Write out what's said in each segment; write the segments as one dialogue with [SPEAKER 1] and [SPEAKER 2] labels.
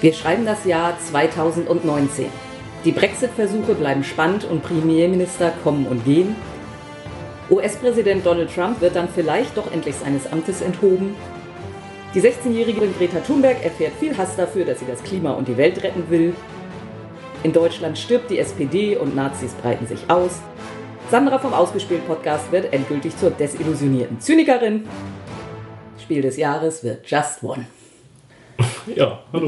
[SPEAKER 1] Wir schreiben das Jahr 2019. Die Brexit-Versuche bleiben spannend und Premierminister kommen und gehen. US-Präsident Donald Trump wird dann vielleicht doch endlich seines Amtes enthoben. Die 16-jährige Greta Thunberg erfährt viel Hass dafür, dass sie das Klima und die Welt retten will. In Deutschland stirbt die SPD und Nazis breiten sich aus. Sandra vom Ausgespielt Podcast wird endgültig zur desillusionierten Zynikerin. Spiel des Jahres wird Just One.
[SPEAKER 2] Ja, hallo.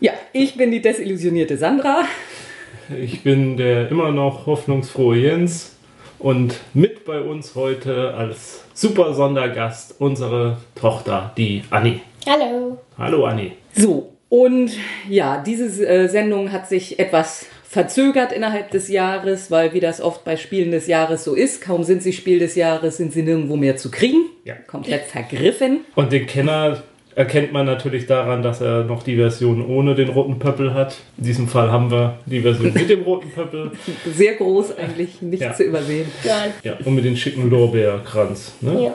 [SPEAKER 1] Ja, ich bin die desillusionierte Sandra.
[SPEAKER 2] Ich bin der immer noch hoffnungsfrohe Jens und mit bei uns heute als super Sondergast unsere Tochter, die Anni.
[SPEAKER 3] Hallo.
[SPEAKER 2] Hallo Anni.
[SPEAKER 1] So, und ja, diese äh, Sendung hat sich etwas verzögert innerhalb des Jahres, weil wie das oft bei Spielen des Jahres so ist, kaum sind sie Spiel des Jahres, sind sie nirgendwo mehr zu kriegen.
[SPEAKER 2] Ja.
[SPEAKER 1] Komplett vergriffen.
[SPEAKER 2] Und den Kenner erkennt man natürlich daran, dass er noch die Version ohne den roten Pöppel hat. In diesem Fall haben wir die Version mit dem roten Pöppel.
[SPEAKER 1] Sehr groß eigentlich, nicht
[SPEAKER 2] Ja.
[SPEAKER 1] zu übersehen.
[SPEAKER 3] Nein.
[SPEAKER 2] Ja, und mit dem schicken Lorbeerkranz, ne?
[SPEAKER 3] Ja.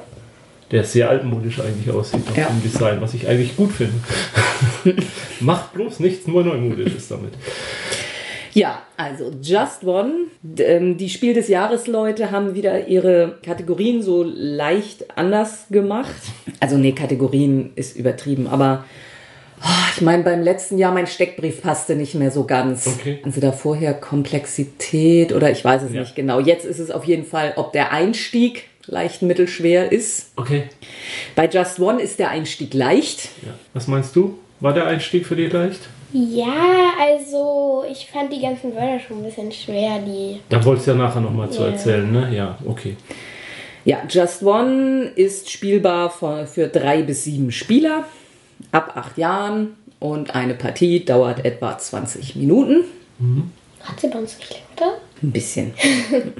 [SPEAKER 2] der sehr altmodisch eigentlich aussieht nach
[SPEAKER 1] Ja.
[SPEAKER 2] dem Design, was ich eigentlich gut finde. Macht bloß nichts, nur neumodisches damit.
[SPEAKER 1] Ja, also Just One. D- ähm, Die Spiel des Jahres Leute haben wieder ihre Kategorien so leicht anders gemacht. Also nee, Kategorien ist übertrieben, aber ah, ich meine, beim letzten Jahr mein Steckbrief passte nicht mehr so ganz.
[SPEAKER 2] Okay.
[SPEAKER 1] Also da vorher Komplexität oder ich weiß es
[SPEAKER 2] Ja.
[SPEAKER 1] nicht genau. Jetzt ist es auf jeden Fall, ob der Einstieg leicht mittelschwer ist.
[SPEAKER 2] Okay.
[SPEAKER 1] Bei Just One ist der Einstieg leicht.
[SPEAKER 2] Ja. Was meinst du? War der Einstieg für dich leicht?
[SPEAKER 3] ja, also ich fand die ganzen Wörter schon ein bisschen schwer, die.
[SPEAKER 2] Da wolltest du ja nachher nochmal zu
[SPEAKER 3] Ja.
[SPEAKER 2] erzählen, ne? Ja, okay.
[SPEAKER 1] Ja, Just One ist spielbar von- für drei bis sieben Spieler ab acht Jahren und eine Partie dauert etwa 20 Minuten.
[SPEAKER 3] Hat sie bei uns nicht lange, oder?
[SPEAKER 1] Ein bisschen.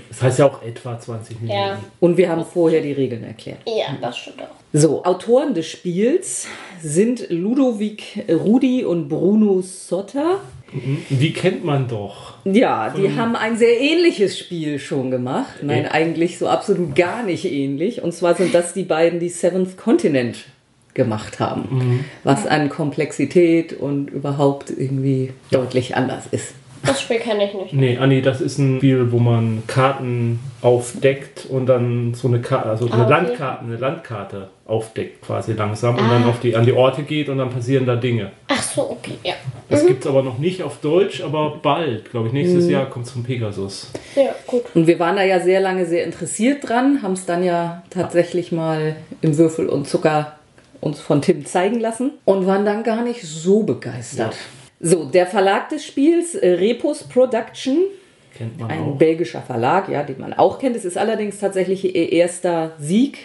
[SPEAKER 2] Das heißt ja auch etwa 20 Minuten.
[SPEAKER 3] Ja.
[SPEAKER 1] Und wir haben vorher die Regeln erklärt.
[SPEAKER 3] Ja, das stimmt auch.
[SPEAKER 1] So, Autoren des Spiels sind Ludovic Rudi und Bruno Sotter.
[SPEAKER 2] Die kennt man doch.
[SPEAKER 1] Ja, die haben ein sehr ähnliches Spiel schon gemacht. Nein,
[SPEAKER 2] Ja.
[SPEAKER 1] eigentlich so absolut gar nicht ähnlich. Und zwar sind das die beiden, die Seventh Continent gemacht haben. Was an Komplexität und überhaupt irgendwie deutlich anders ist.
[SPEAKER 3] Das Spiel kann ich nicht.
[SPEAKER 2] Nee, Anni, das ist ein Spiel, wo man Karten aufdeckt und dann so eine Karte, also eine
[SPEAKER 3] Ah, okay.
[SPEAKER 2] Landkarte, eine Landkarte aufdeckt quasi langsam und
[SPEAKER 3] Ah.
[SPEAKER 2] dann auf die, an die Orte geht und dann passieren da Dinge.
[SPEAKER 3] Ach so, okay, ja.
[SPEAKER 2] Das gibt's aber noch nicht auf Deutsch, aber bald, glaube ich, nächstes
[SPEAKER 3] Mhm.
[SPEAKER 2] Jahr kommt zum Pegasus.
[SPEAKER 3] Ja, gut.
[SPEAKER 1] Und wir waren da ja sehr lange sehr interessiert dran, haben es dann ja tatsächlich mal im Würfel und Zucker uns von Tim zeigen lassen und waren dann gar nicht so begeistert. So, der Verlag des Spiels, äh, Repos Production,
[SPEAKER 2] Kennt man
[SPEAKER 1] Ein
[SPEAKER 2] auch.
[SPEAKER 1] belgischer Verlag, ja, den man auch kennt. Es ist allerdings tatsächlich ihr erster Sieg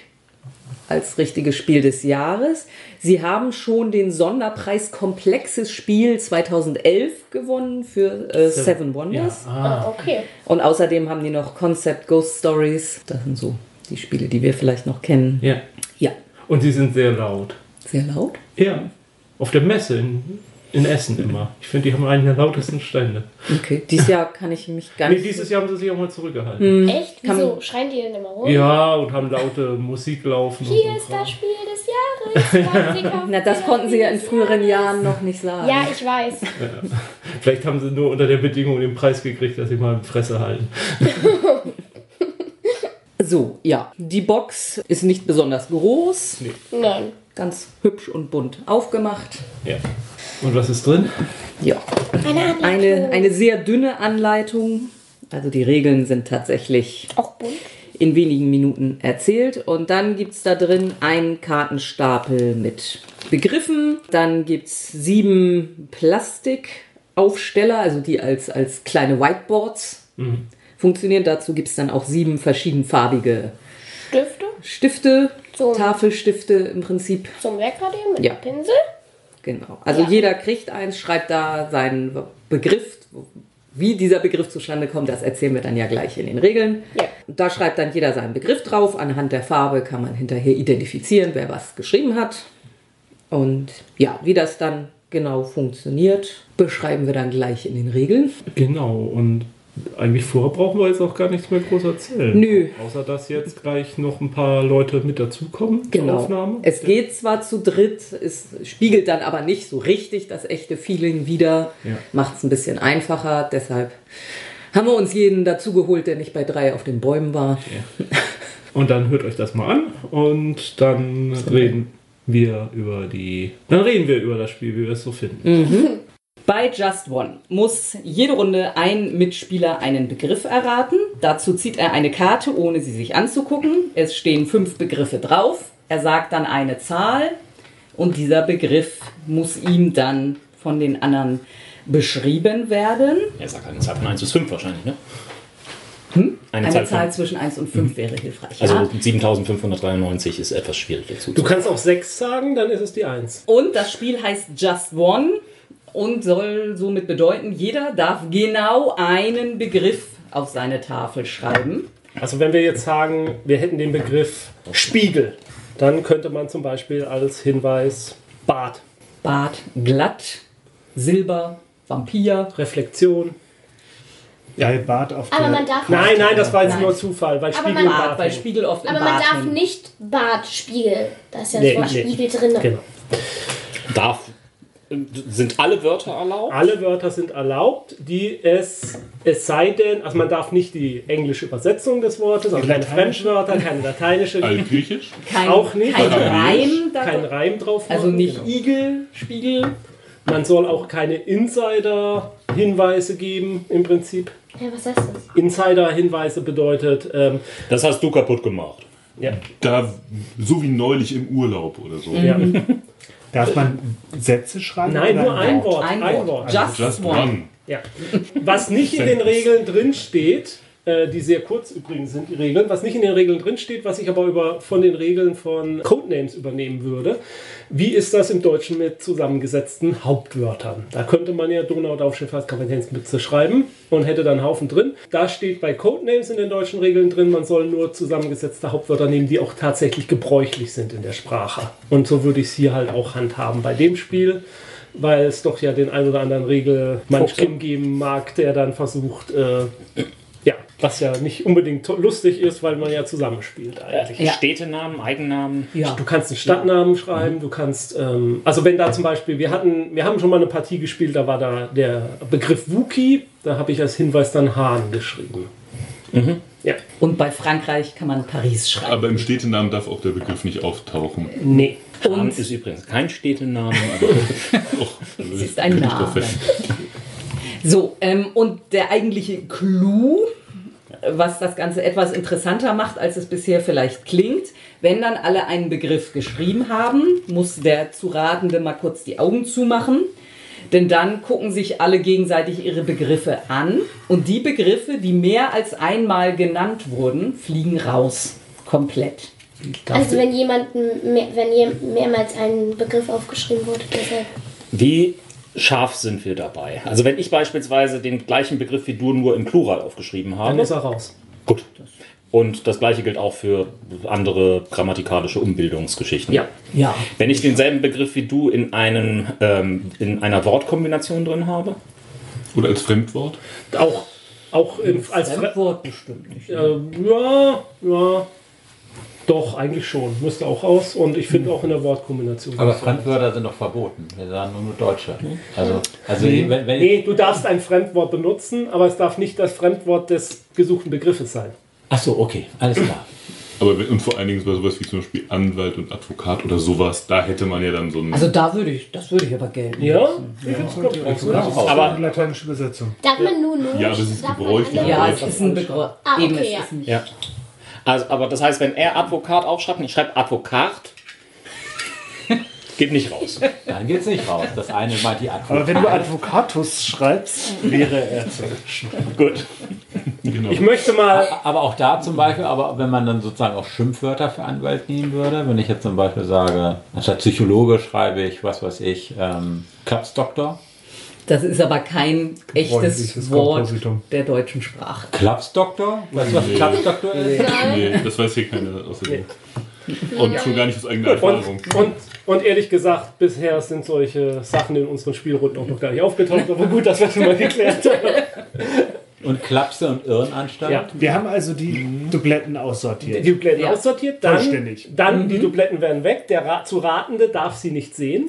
[SPEAKER 1] als richtiges Spiel des Jahres. Sie haben schon den Sonderpreis Komplexes Spiel 2011 gewonnen für äh, Seven Wonders.
[SPEAKER 2] Ja. Ah,
[SPEAKER 3] Ah, okay.
[SPEAKER 1] Und außerdem haben die noch Concept Ghost Stories. Das sind so die Spiele, die wir vielleicht noch kennen.
[SPEAKER 2] ja.
[SPEAKER 1] Ja,
[SPEAKER 2] Und die sind sehr laut.
[SPEAKER 1] sehr laut.
[SPEAKER 2] Ja, auf der Messe in, in Essen immer. Ich finde, die haben einen der lautesten Stände.
[SPEAKER 1] Okay, dieses Jahr kann ich mich gar
[SPEAKER 2] Nee,
[SPEAKER 1] nicht...
[SPEAKER 2] dieses Jahr haben sie sich auch mal zurückgehalten.
[SPEAKER 3] Echt?
[SPEAKER 1] Hm. Kann
[SPEAKER 3] Wieso?
[SPEAKER 1] man-
[SPEAKER 3] Schreien die denn immer rum?
[SPEAKER 2] Ja, und haben laute Musik laufen. und
[SPEAKER 3] Hier
[SPEAKER 2] so
[SPEAKER 3] ist
[SPEAKER 2] Kram.
[SPEAKER 3] das Spiel des Jahres.
[SPEAKER 1] Na, das konnten sie ja in früheren Jahren noch nicht sagen.
[SPEAKER 3] Ja, ich weiß.
[SPEAKER 2] Vielleicht haben sie nur unter der Bedingung den Preis gekriegt, dass sie mal in die Fresse halten.
[SPEAKER 1] So, ja. Die Box ist nicht besonders groß.
[SPEAKER 3] Nein.
[SPEAKER 1] ganz hübsch und bunt aufgemacht.
[SPEAKER 2] Ja. Und was ist drin?
[SPEAKER 1] Ja.
[SPEAKER 3] Eine andere.
[SPEAKER 1] Eine, eine sehr dünne Anleitung. Also die Regeln sind tatsächlich
[SPEAKER 3] Auch bunt.
[SPEAKER 1] in wenigen Minuten erzählt. Und dann gibt es da drin einen Kartenstapel mit Begriffen. Dann gibt es sieben Plastikaufsteller, also die als, als kleine Whiteboards funktionieren. Dazu gibt es dann auch sieben verschiedenfarbige
[SPEAKER 3] Stifte
[SPEAKER 1] Stifte,
[SPEAKER 3] So.
[SPEAKER 1] Tafelstifte im Prinzip.
[SPEAKER 3] zum Wegradieren mit
[SPEAKER 1] Ja.
[SPEAKER 3] Pinsel.
[SPEAKER 1] Genau. Also
[SPEAKER 3] Ja.
[SPEAKER 1] jeder kriegt eins, schreibt da seinen Begriff. Wie dieser Begriff zustande kommt, das erzählen wir dann ja gleich in den Regeln.
[SPEAKER 3] Ja.
[SPEAKER 1] Da schreibt dann jeder seinen Begriff drauf. Anhand der Farbe kann man hinterher identifizieren, wer was geschrieben hat. Und ja, wie das dann genau funktioniert, beschreiben wir dann gleich in den Regeln.
[SPEAKER 2] Genau, und Eigentlich vorher brauchen wir jetzt auch gar nichts mehr groß erzählen.
[SPEAKER 1] Nö.
[SPEAKER 2] Außer dass jetzt gleich noch ein paar Leute mit dazukommen
[SPEAKER 3] Genau.
[SPEAKER 2] zur Aufnahme.
[SPEAKER 1] Genau. Es geht zwar zu dritt, es spiegelt dann aber nicht so richtig das echte Feeling wieder,
[SPEAKER 2] Ja.
[SPEAKER 1] macht es ein bisschen einfacher. Deshalb haben wir uns jeden dazugeholt, der nicht bei drei auf den Bäumen war.
[SPEAKER 2] Und dann hört euch das mal an und dann reden wir über die. Dann reden wir über das Spiel, wie wir es so finden.
[SPEAKER 4] Mhm.
[SPEAKER 1] Bei Just One muss jede Runde ein Mitspieler einen Begriff erraten. Dazu zieht er eine Karte, ohne sie sich anzugucken. Es stehen fünf Begriffe drauf. Er sagt dann eine Zahl und dieser Begriff muss ihm dann von den anderen beschrieben werden.
[SPEAKER 5] Er sagt halt eine Zahl von 1 bis 5 wahrscheinlich, ne? Eine,
[SPEAKER 1] Hm? Eine,
[SPEAKER 5] Zahl,
[SPEAKER 1] Zahl
[SPEAKER 5] von.
[SPEAKER 1] zwischen 1 und 5 wäre hilfreich.
[SPEAKER 5] Also
[SPEAKER 1] ja.
[SPEAKER 5] 7593 ist etwas schwierig dazu.
[SPEAKER 6] Du kannst auch 6 sagen, dann ist es die 1.
[SPEAKER 1] Und das Spiel heißt Just One und soll somit bedeuten, jeder darf genau einen Begriff auf seine Tafel schreiben.
[SPEAKER 6] Also wenn wir jetzt sagen, wir hätten den Begriff Spiegel, dann könnte man zum Beispiel als Hinweis Bad,
[SPEAKER 1] Bart glatt, Silber, Vampir.
[SPEAKER 6] Reflexion.
[SPEAKER 7] Ja, Bart auf
[SPEAKER 3] Aber
[SPEAKER 7] der-
[SPEAKER 3] man darf
[SPEAKER 6] Nein, nein, das war jetzt
[SPEAKER 1] Nein.
[SPEAKER 6] nur Zufall,
[SPEAKER 3] Aber
[SPEAKER 6] weil Spiegel
[SPEAKER 3] man-
[SPEAKER 6] und
[SPEAKER 1] Bart,
[SPEAKER 6] Bad.
[SPEAKER 1] weil
[SPEAKER 6] hängen.
[SPEAKER 1] Spiegel oft im
[SPEAKER 3] Aber man
[SPEAKER 1] Bart
[SPEAKER 3] darf
[SPEAKER 1] hängt.
[SPEAKER 3] nicht Bad Spiegel. Da ist ja das
[SPEAKER 6] Nee,
[SPEAKER 3] Wort
[SPEAKER 6] nee.
[SPEAKER 3] Spiegel drin.
[SPEAKER 6] Genau.
[SPEAKER 5] Darf. ähm, Sind alle Wörter erlaubt?
[SPEAKER 6] Alle Wörter sind erlaubt, die es, es sei denn, also man darf nicht die englische Übersetzung des Wortes, also keine
[SPEAKER 7] lateinische?
[SPEAKER 6] Fremdwörter, keine lateinische,
[SPEAKER 8] Altgriechisch?
[SPEAKER 1] Kein,
[SPEAKER 6] auch nicht.
[SPEAKER 1] Kein
[SPEAKER 6] Kein
[SPEAKER 1] Reim. da-
[SPEAKER 6] keinen Reim drauf machen.
[SPEAKER 1] also nicht
[SPEAKER 6] Genau.
[SPEAKER 1] Igel, Spiegel.
[SPEAKER 6] Man soll auch keine Insider-Hinweise geben, im Prinzip.
[SPEAKER 3] Ja, was heißt das?
[SPEAKER 6] Insider-Hinweise bedeutet, ähm,
[SPEAKER 5] Das hast du kaputt gemacht.
[SPEAKER 6] ja,
[SPEAKER 8] Da, so wie neulich im Urlaub oder so.
[SPEAKER 6] ja.
[SPEAKER 7] Darf man Sätze schreiben?
[SPEAKER 6] nein,
[SPEAKER 7] oder
[SPEAKER 6] nur ein
[SPEAKER 7] Wort?
[SPEAKER 6] Wort,
[SPEAKER 1] Ein Wort. Just,
[SPEAKER 8] Just
[SPEAKER 1] one.
[SPEAKER 8] one.
[SPEAKER 6] Ja. Was nicht in den Regeln drin steht, äh, die sehr kurz übrigens sind, die Regeln, was nicht in den Regeln drin steht, was ich aber über, von den Regeln von Codenames übernehmen würde, wie ist das im Deutschen mit zusammengesetzten Hauptwörtern? Da könnte man ja Donaudaufschiff als Kapitänsmütze schreiben und hätte dann einen Haufen drin. Da steht bei Codenames in den deutschen Regeln drin, man soll nur zusammengesetzte Hauptwörter nehmen, die auch tatsächlich gebräuchlich sind in der Sprache. Und so würde ich es hier halt auch handhaben bei dem Spiel weil es doch ja den ein oder anderen Regelmanchkin geben mag, der dann versucht, äh, ja, was ja nicht unbedingt to- lustig ist, weil man ja zusammenspielt eigentlich.
[SPEAKER 1] Ja.
[SPEAKER 5] Städtenamen, Eigennamen.
[SPEAKER 1] Ja.
[SPEAKER 6] Du kannst einen Stadtnamen schreiben, du kannst, ähm, also wenn da zum Beispiel, wir hatten, wir haben schon mal eine Partie gespielt, da war da der Begriff Wookie, da habe ich als Hinweis dann Hahn geschrieben. Ja,
[SPEAKER 1] Und bei Frankreich kann man Paris schreiben.
[SPEAKER 8] Aber im Städtenamen darf auch der Begriff nicht auftauchen.
[SPEAKER 6] nee.
[SPEAKER 5] Namen
[SPEAKER 1] Und
[SPEAKER 5] ist übrigens kein Städtenamen.
[SPEAKER 8] Das
[SPEAKER 1] ist ein Name. So, ähm, und der eigentliche Clou, was das Ganze etwas interessanter macht, als es bisher vielleicht klingt, wenn dann alle einen Begriff geschrieben haben, muss der zu Ratende mal kurz die Augen zumachen. Denn dann gucken sich alle gegenseitig ihre Begriffe an und die Begriffe, die mehr als einmal genannt wurden, fliegen raus. Komplett.
[SPEAKER 3] Also wenn jemanden, mehr, wenn je, mehrmals ein Begriff aufgeschrieben wurde, deshalb.
[SPEAKER 5] Wie scharf sind wir dabei? Also wenn ich beispielsweise den gleichen Begriff wie du nur im Plural aufgeschrieben
[SPEAKER 6] Dann
[SPEAKER 5] habe.
[SPEAKER 6] ist er raus.
[SPEAKER 5] Gut. Und das gleiche gilt auch für andere grammatikalische Umbildungsgeschichten.
[SPEAKER 6] Ja.
[SPEAKER 1] Ja.
[SPEAKER 5] Wenn ich denselben Begriff wie du in, einem, ähm, in einer Wortkombination drin habe,
[SPEAKER 8] Oder als Fremdwort.
[SPEAKER 6] Auch, auch im, als
[SPEAKER 1] Als
[SPEAKER 6] Fre
[SPEAKER 1] Fremdwort bestimmt nicht.
[SPEAKER 6] Äh, ja, ja. Doch, eigentlich schon. Müsste auch aus. Und ich finde auch in der Wortkombination.
[SPEAKER 4] Aber Fremdwörter sind doch verboten. Wir sagen nur, nur Deutsche. Also, also wenn, wenn
[SPEAKER 6] Nee, du darfst ein Fremdwort benutzen, aber es darf nicht das Fremdwort des gesuchten Begriffes sein.
[SPEAKER 4] Ach so, okay, alles klar.
[SPEAKER 8] Aber wenn- und vor allen Dingen bei sowas wie zum Beispiel Anwalt und Advokat oder sowas, da hätte man ja dann so ein.
[SPEAKER 1] Also da würde ich, das würde ich aber gelten.
[SPEAKER 6] Ja?
[SPEAKER 5] aber
[SPEAKER 7] Lateinische Übersetzung.
[SPEAKER 3] Darf man nur nur?
[SPEAKER 8] Ja, aber es ist
[SPEAKER 3] darf man
[SPEAKER 8] gebräuchlich.
[SPEAKER 3] alle-
[SPEAKER 1] Ja, es ist ein Begriff.
[SPEAKER 3] Ah,
[SPEAKER 1] Eben,
[SPEAKER 3] okay,
[SPEAKER 1] es
[SPEAKER 3] ja.
[SPEAKER 1] ist nicht.
[SPEAKER 5] Ja. Also, aber das heißt, wenn er Advokat aufschreibt und ich schreibe Advokat, geht nicht raus.
[SPEAKER 4] Dann geht's nicht raus. Das eine mal die
[SPEAKER 7] Aber
[SPEAKER 4] Antwort.
[SPEAKER 7] wenn du Advocatus schreibst, wäre er zu
[SPEAKER 5] Gut.
[SPEAKER 8] genau.
[SPEAKER 6] Ich möchte mal.
[SPEAKER 4] Aber auch da zum Beispiel, aber wenn man dann sozusagen auch Schimpfwörter für Anwalt nehmen würde, wenn ich jetzt zum Beispiel sage, anstatt Psychologe schreibe ich, was weiß ich, ähm, Klapsdoktor.
[SPEAKER 1] Das ist aber kein echtes
[SPEAKER 7] Gebräuchliches
[SPEAKER 1] Wort
[SPEAKER 7] Kompositum.
[SPEAKER 1] der deutschen Sprache.
[SPEAKER 4] Klapsdoktor? Weißt du, was
[SPEAKER 8] Nee.
[SPEAKER 4] Klapsdoktor ist?
[SPEAKER 8] nee, das weiß hier keiner außer dir. Und schon gar nicht aus eigener Erfahrung.
[SPEAKER 6] Und, und, und ehrlich gesagt, bisher sind solche Sachen in unseren Spielrunden auch noch gar nicht aufgetaucht. Aber gut, dass wir schon mal geklärt haben.
[SPEAKER 4] Und Klapse und Irrenanstalt?
[SPEAKER 6] Ja.
[SPEAKER 7] Wir haben also die Dubletten
[SPEAKER 6] Die
[SPEAKER 7] aussortiert.
[SPEAKER 6] Dubletten
[SPEAKER 1] Ja.
[SPEAKER 6] aussortiert, dann,
[SPEAKER 7] Vollständig.
[SPEAKER 6] dann die Dubletten werden weg. Der Ra zu Ratende darf sie nicht sehen.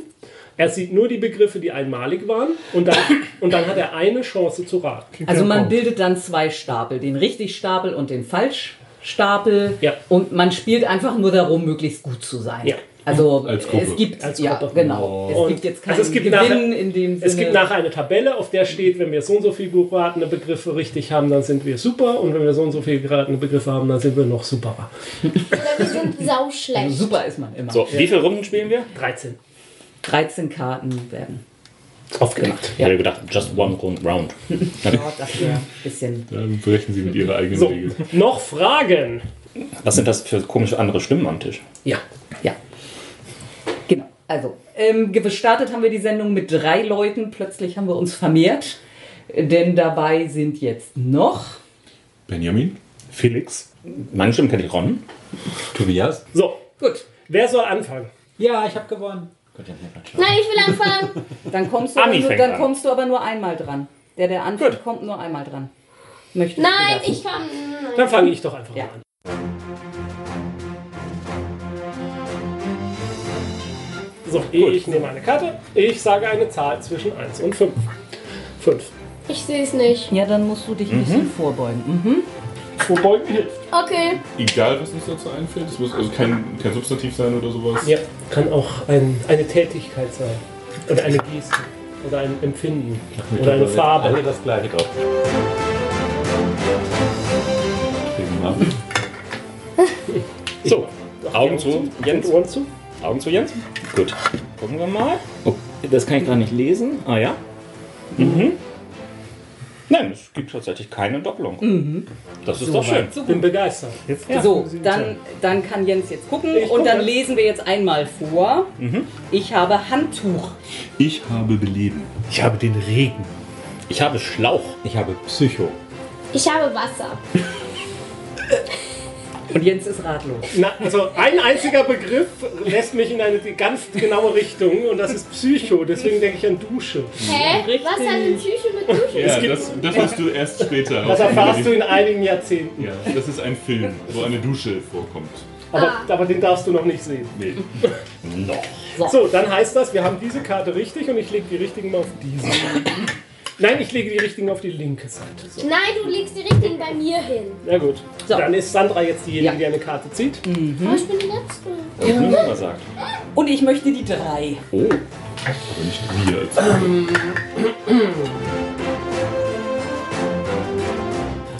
[SPEAKER 6] Er sieht nur die Begriffe, die einmalig waren. Und dann, und dann hat er eine Chance zu raten.
[SPEAKER 1] Also man
[SPEAKER 7] Punkt.
[SPEAKER 1] bildet dann zwei Stapel, den richtig Stapel und den falsch Stapel.
[SPEAKER 6] Ja.
[SPEAKER 1] Und man spielt einfach nur darum, möglichst gut zu sein.
[SPEAKER 6] Ja.
[SPEAKER 1] Also
[SPEAKER 8] Als Gruppe.
[SPEAKER 1] es gibt
[SPEAKER 6] Als
[SPEAKER 1] ja
[SPEAKER 6] Gruppe.
[SPEAKER 1] genau. Es
[SPEAKER 6] Und-
[SPEAKER 1] gibt jetzt keinen
[SPEAKER 6] also es gibt
[SPEAKER 1] Gewinn
[SPEAKER 6] nachher-
[SPEAKER 1] in dem Sinne.
[SPEAKER 6] Es gibt nachher eine Tabelle, auf der steht, wenn wir so und so viel geratene Begriffe richtig haben, dann sind wir super. Und wenn wir so und so viel geratene Begriffe haben, dann sind wir noch superer.
[SPEAKER 3] Oder wir sind sauschlecht.
[SPEAKER 1] Also Super ist man immer.
[SPEAKER 5] So, wie viele Runden spielen wir?
[SPEAKER 6] 13.
[SPEAKER 1] 13 Karten werden.
[SPEAKER 6] Aufgelegt.
[SPEAKER 5] Ich hätte gedacht, just one round. round.
[SPEAKER 1] Ja, das wäre ein bisschen.
[SPEAKER 8] Dann brechen sie mit ihrer eigenen
[SPEAKER 6] So,
[SPEAKER 8] Regel.
[SPEAKER 6] noch Fragen?
[SPEAKER 5] Was sind das für komische andere Stimmen am Tisch?
[SPEAKER 1] Ja, ja. Genau. Also, ähm, gestartet haben wir die Sendung mit drei Leuten. Plötzlich haben wir uns vermehrt. Denn dabei sind jetzt noch
[SPEAKER 8] Benjamin?
[SPEAKER 7] Felix.
[SPEAKER 5] Meine Stimmen kenne ich Ron.
[SPEAKER 4] Tobias?
[SPEAKER 6] So,
[SPEAKER 1] Gut,
[SPEAKER 6] wer soll anfangen?
[SPEAKER 4] Ja, ich habe gewonnen. Könnt ihr nicht reinschauen.
[SPEAKER 3] Nein, ich will anfangen.
[SPEAKER 1] Dann kommst du,
[SPEAKER 5] Ami
[SPEAKER 1] aber nur,
[SPEAKER 5] fängt
[SPEAKER 1] dann
[SPEAKER 5] an.
[SPEAKER 1] kommst du aber nur einmal dran. Der, der anfängt, kommt nur einmal dran. Möchtest
[SPEAKER 3] Nein,
[SPEAKER 1] du das?
[SPEAKER 3] ich kann.
[SPEAKER 6] Dann fange ich doch einfach
[SPEAKER 1] Ja.
[SPEAKER 6] mal an. So, ich nehme eine Karte. Ich sage eine Zahl zwischen 1 und 5. 5.
[SPEAKER 3] Ich sehe es nicht.
[SPEAKER 1] Ja, dann musst du dich ein bisschen vorbeugen. Mhm.
[SPEAKER 6] Vorbeugen hilft.
[SPEAKER 3] Okay.
[SPEAKER 8] Egal, was uns dazu einfällt. Es muss also kein, kein Substantiv sein oder sowas.
[SPEAKER 6] Ja, kann auch ein, eine Tätigkeit sein. Oder eine Geste. Oder ein Empfinden. Oder eine
[SPEAKER 4] Alle
[SPEAKER 6] Farbe.
[SPEAKER 4] das gleiche drauf.
[SPEAKER 5] So, Augen zu,
[SPEAKER 6] Jens,
[SPEAKER 5] Jens.
[SPEAKER 6] Ohren zu.
[SPEAKER 5] Augen zu, Jens. Gut. Gucken wir mal. Oh. Das kann ich gerade nicht lesen. Ah ja. Mhm. Nein, es gibt tatsächlich keine Doppelung. Das ist doch schön.
[SPEAKER 6] Bin begeistert.
[SPEAKER 7] Jetzt
[SPEAKER 1] So, dann, dann kann Jens jetzt gucken
[SPEAKER 6] Ich
[SPEAKER 1] und dann
[SPEAKER 6] gucke.
[SPEAKER 1] lesen wir jetzt einmal vor. Ich habe Handtuch.
[SPEAKER 8] Ich habe Beleben.
[SPEAKER 7] Ich habe den Regen.
[SPEAKER 5] Ich habe Schlauch.
[SPEAKER 4] Ich habe Psycho.
[SPEAKER 3] Ich habe Wasser.
[SPEAKER 1] Und Jens ist ratlos.
[SPEAKER 6] Na, also ein einziger Begriff lässt mich in eine ganz genaue Richtung und das ist Psycho. Deswegen denke ich an Dusche.
[SPEAKER 3] Hä? Was hat denn Psyche mit Dusche?
[SPEAKER 8] Ja, das, das wirst du erst später
[SPEAKER 6] Das erfahrst du
[SPEAKER 8] herausfinden.
[SPEAKER 6] in einigen Jahrzehnten.
[SPEAKER 8] Ja, das ist ein Film, wo eine Dusche vorkommt.
[SPEAKER 6] Aber, aber den darfst du noch nicht sehen.
[SPEAKER 8] Nee.
[SPEAKER 6] So, dann heißt das, wir haben diese Karte richtig und ich lege die richtigen auf diese. Nein, ich lege die richtigen auf die linke Seite. So.
[SPEAKER 3] Nein, du legst die richtigen bei mir hin.
[SPEAKER 6] Na gut.
[SPEAKER 1] So.
[SPEAKER 6] Dann ist Sandra jetzt diejenige,
[SPEAKER 1] Ja.
[SPEAKER 6] die eine Karte zieht.
[SPEAKER 3] Aber ich bin die Letzte.
[SPEAKER 5] Das ist mir immer sagt.
[SPEAKER 1] Und ich möchte die drei.
[SPEAKER 5] Oh.
[SPEAKER 8] Aber nicht wir als Gruppe.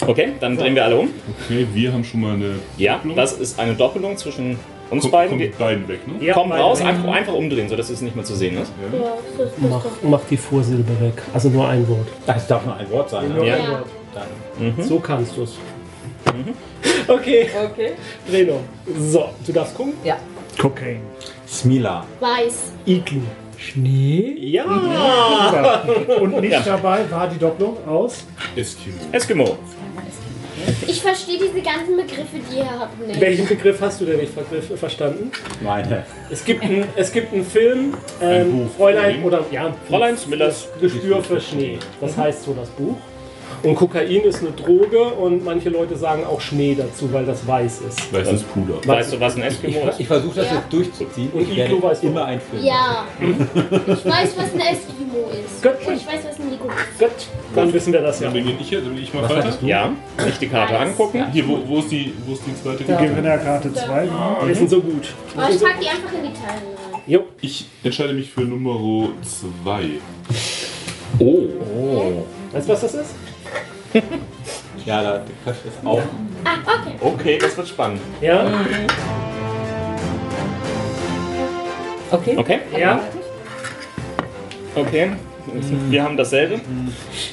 [SPEAKER 5] Okay, dann drehen wir alle um.
[SPEAKER 8] Okay, wir haben schon mal eine.
[SPEAKER 5] Ja, das ist eine Doppelung zwischen uns
[SPEAKER 8] Kommt,
[SPEAKER 5] beiden.
[SPEAKER 8] kommt
[SPEAKER 5] Wir
[SPEAKER 8] beiden weg, ne?
[SPEAKER 6] Ja,
[SPEAKER 5] kommen
[SPEAKER 6] beide
[SPEAKER 5] raus,
[SPEAKER 6] weg.
[SPEAKER 5] einfach, einfach umdrehen, sodass es nicht mehr zu sehen ist.
[SPEAKER 3] Ja, das ist
[SPEAKER 6] Mach, mach die Vorsilbe weg. Also nur ein Wort.
[SPEAKER 4] Das darf nur ein Wort sein. Ne?
[SPEAKER 6] Nur
[SPEAKER 5] Ja.
[SPEAKER 6] ein Wort. So kannst du es. Mhm. Okay,
[SPEAKER 1] Okay.
[SPEAKER 6] Reno. So, du darfst gucken.
[SPEAKER 1] Ja.
[SPEAKER 7] Cocaine.
[SPEAKER 4] Smila.
[SPEAKER 3] Weiß.
[SPEAKER 6] Igel.
[SPEAKER 7] Schnee.
[SPEAKER 6] Ja.
[SPEAKER 7] Und nicht dabei war die Doppelung aus.
[SPEAKER 8] Eskimo.
[SPEAKER 5] Eskimo.
[SPEAKER 3] Ich verstehe diese ganzen Begriffe, die ihr habt, nicht.
[SPEAKER 6] Welchen Begriff hast du denn nicht vergriff- verstanden?
[SPEAKER 4] Meine.
[SPEAKER 6] Es gibt, ein, es gibt einen Film,
[SPEAKER 8] Ein
[SPEAKER 6] ähm,
[SPEAKER 8] Buch.
[SPEAKER 6] Fräulein oder ja,
[SPEAKER 5] Fräulein Millers
[SPEAKER 6] Gespür für Schnee. Das heißt so das Buch. Und Kokain ist eine Droge und manche Leute sagen auch Schnee dazu, weil das weiß ist.
[SPEAKER 8] Weißes Puder.
[SPEAKER 5] Weißt du, was ein Eskimo ist?
[SPEAKER 4] Ich versuche das
[SPEAKER 3] Ja.
[SPEAKER 4] jetzt durchzuziehen.
[SPEAKER 6] Und
[SPEAKER 4] Ich werde
[SPEAKER 6] Iglo weißt du
[SPEAKER 4] immer
[SPEAKER 6] auch.
[SPEAKER 4] ein Film.
[SPEAKER 3] Ja. Ich weiß, was ein Eskimo ist.
[SPEAKER 6] Gut.
[SPEAKER 3] Und ich weiß, was ein Nico ist.
[SPEAKER 6] Gut, dann wissen wir das ja.
[SPEAKER 8] Dann bin ich, dann bin ich mal
[SPEAKER 4] Was
[SPEAKER 8] weiter.
[SPEAKER 4] hattest du?
[SPEAKER 5] Ja, nicht die Karte angucken.
[SPEAKER 8] Hier, wo, wo, ist die, wo ist die zweite Kugel?
[SPEAKER 7] Gewinnerkarte 2.
[SPEAKER 6] Wir sind so gut.
[SPEAKER 3] Aber Ah, ich pack die einfach in die Teile rein.
[SPEAKER 6] Jo,
[SPEAKER 8] Ich entscheide mich für Nummer 2.
[SPEAKER 6] weißt du, was das ist?
[SPEAKER 4] Ja, da der Köpf ist auch.
[SPEAKER 3] Ah, okay.
[SPEAKER 5] Okay, das wird spannend.
[SPEAKER 6] Ja?
[SPEAKER 1] Okay.
[SPEAKER 5] Okay?
[SPEAKER 6] Ja?
[SPEAKER 5] Okay. Wir haben dasselbe.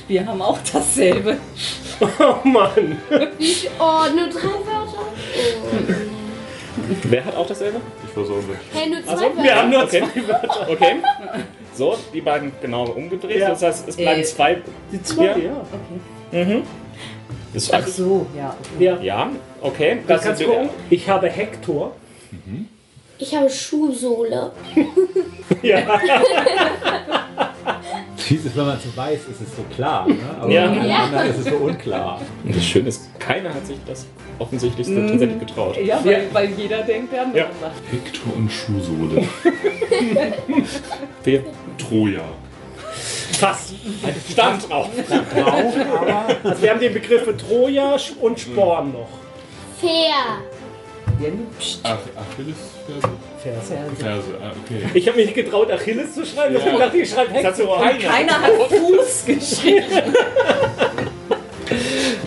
[SPEAKER 1] Wir haben auch dasselbe.
[SPEAKER 6] Oh Mann.
[SPEAKER 3] Oh, nur drei Wörter? Oh.
[SPEAKER 5] Wer hat auch dasselbe?
[SPEAKER 8] Ich versorge.
[SPEAKER 3] Hey, nur zwei
[SPEAKER 6] Also, wir
[SPEAKER 3] Wörter.
[SPEAKER 6] haben nur
[SPEAKER 5] Okay.
[SPEAKER 6] zwei Wörter.
[SPEAKER 5] Okay. So, die beiden genau umgedreht.
[SPEAKER 6] Ja.
[SPEAKER 5] Das heißt, es bleiben
[SPEAKER 1] Äh.
[SPEAKER 5] zwei.
[SPEAKER 6] Die zwei,
[SPEAKER 5] Ja.
[SPEAKER 6] ja.
[SPEAKER 5] Das
[SPEAKER 1] Ach so, ja. Okay.
[SPEAKER 6] Ja.
[SPEAKER 5] Ja, okay.
[SPEAKER 6] Das kannst du
[SPEAKER 5] sind-
[SPEAKER 6] gucken. Ich habe Hektor.
[SPEAKER 3] Ich habe Schuhsohle.
[SPEAKER 6] Ja.
[SPEAKER 4] Fies ist, wenn man es weiß, ist es so klar. Ne? Aber
[SPEAKER 5] Ja.
[SPEAKER 4] bei allen
[SPEAKER 9] Ja.
[SPEAKER 4] anderen ist es so unklar.
[SPEAKER 5] Und das Schöne ist, keiner hat sich das offensichtlichste tatsächlich getraut.
[SPEAKER 1] Ja, weil, weil jeder denkt, der andere
[SPEAKER 5] Ja.
[SPEAKER 1] macht.
[SPEAKER 8] Hector und Schuhsohle.
[SPEAKER 5] Wir
[SPEAKER 8] Troja.
[SPEAKER 6] Fast.
[SPEAKER 5] stand drauf.
[SPEAKER 6] Also wir haben die Begriffe Troja und Sporn noch.
[SPEAKER 3] Fair.
[SPEAKER 8] Ach, Achillesferse? Ferse, ah, okay.
[SPEAKER 6] Ich habe mich nicht getraut, Achilles zu schreiben, deswegen dachte ich, ich schreibe Hector.
[SPEAKER 1] Keiner hat Fuß geschrieben.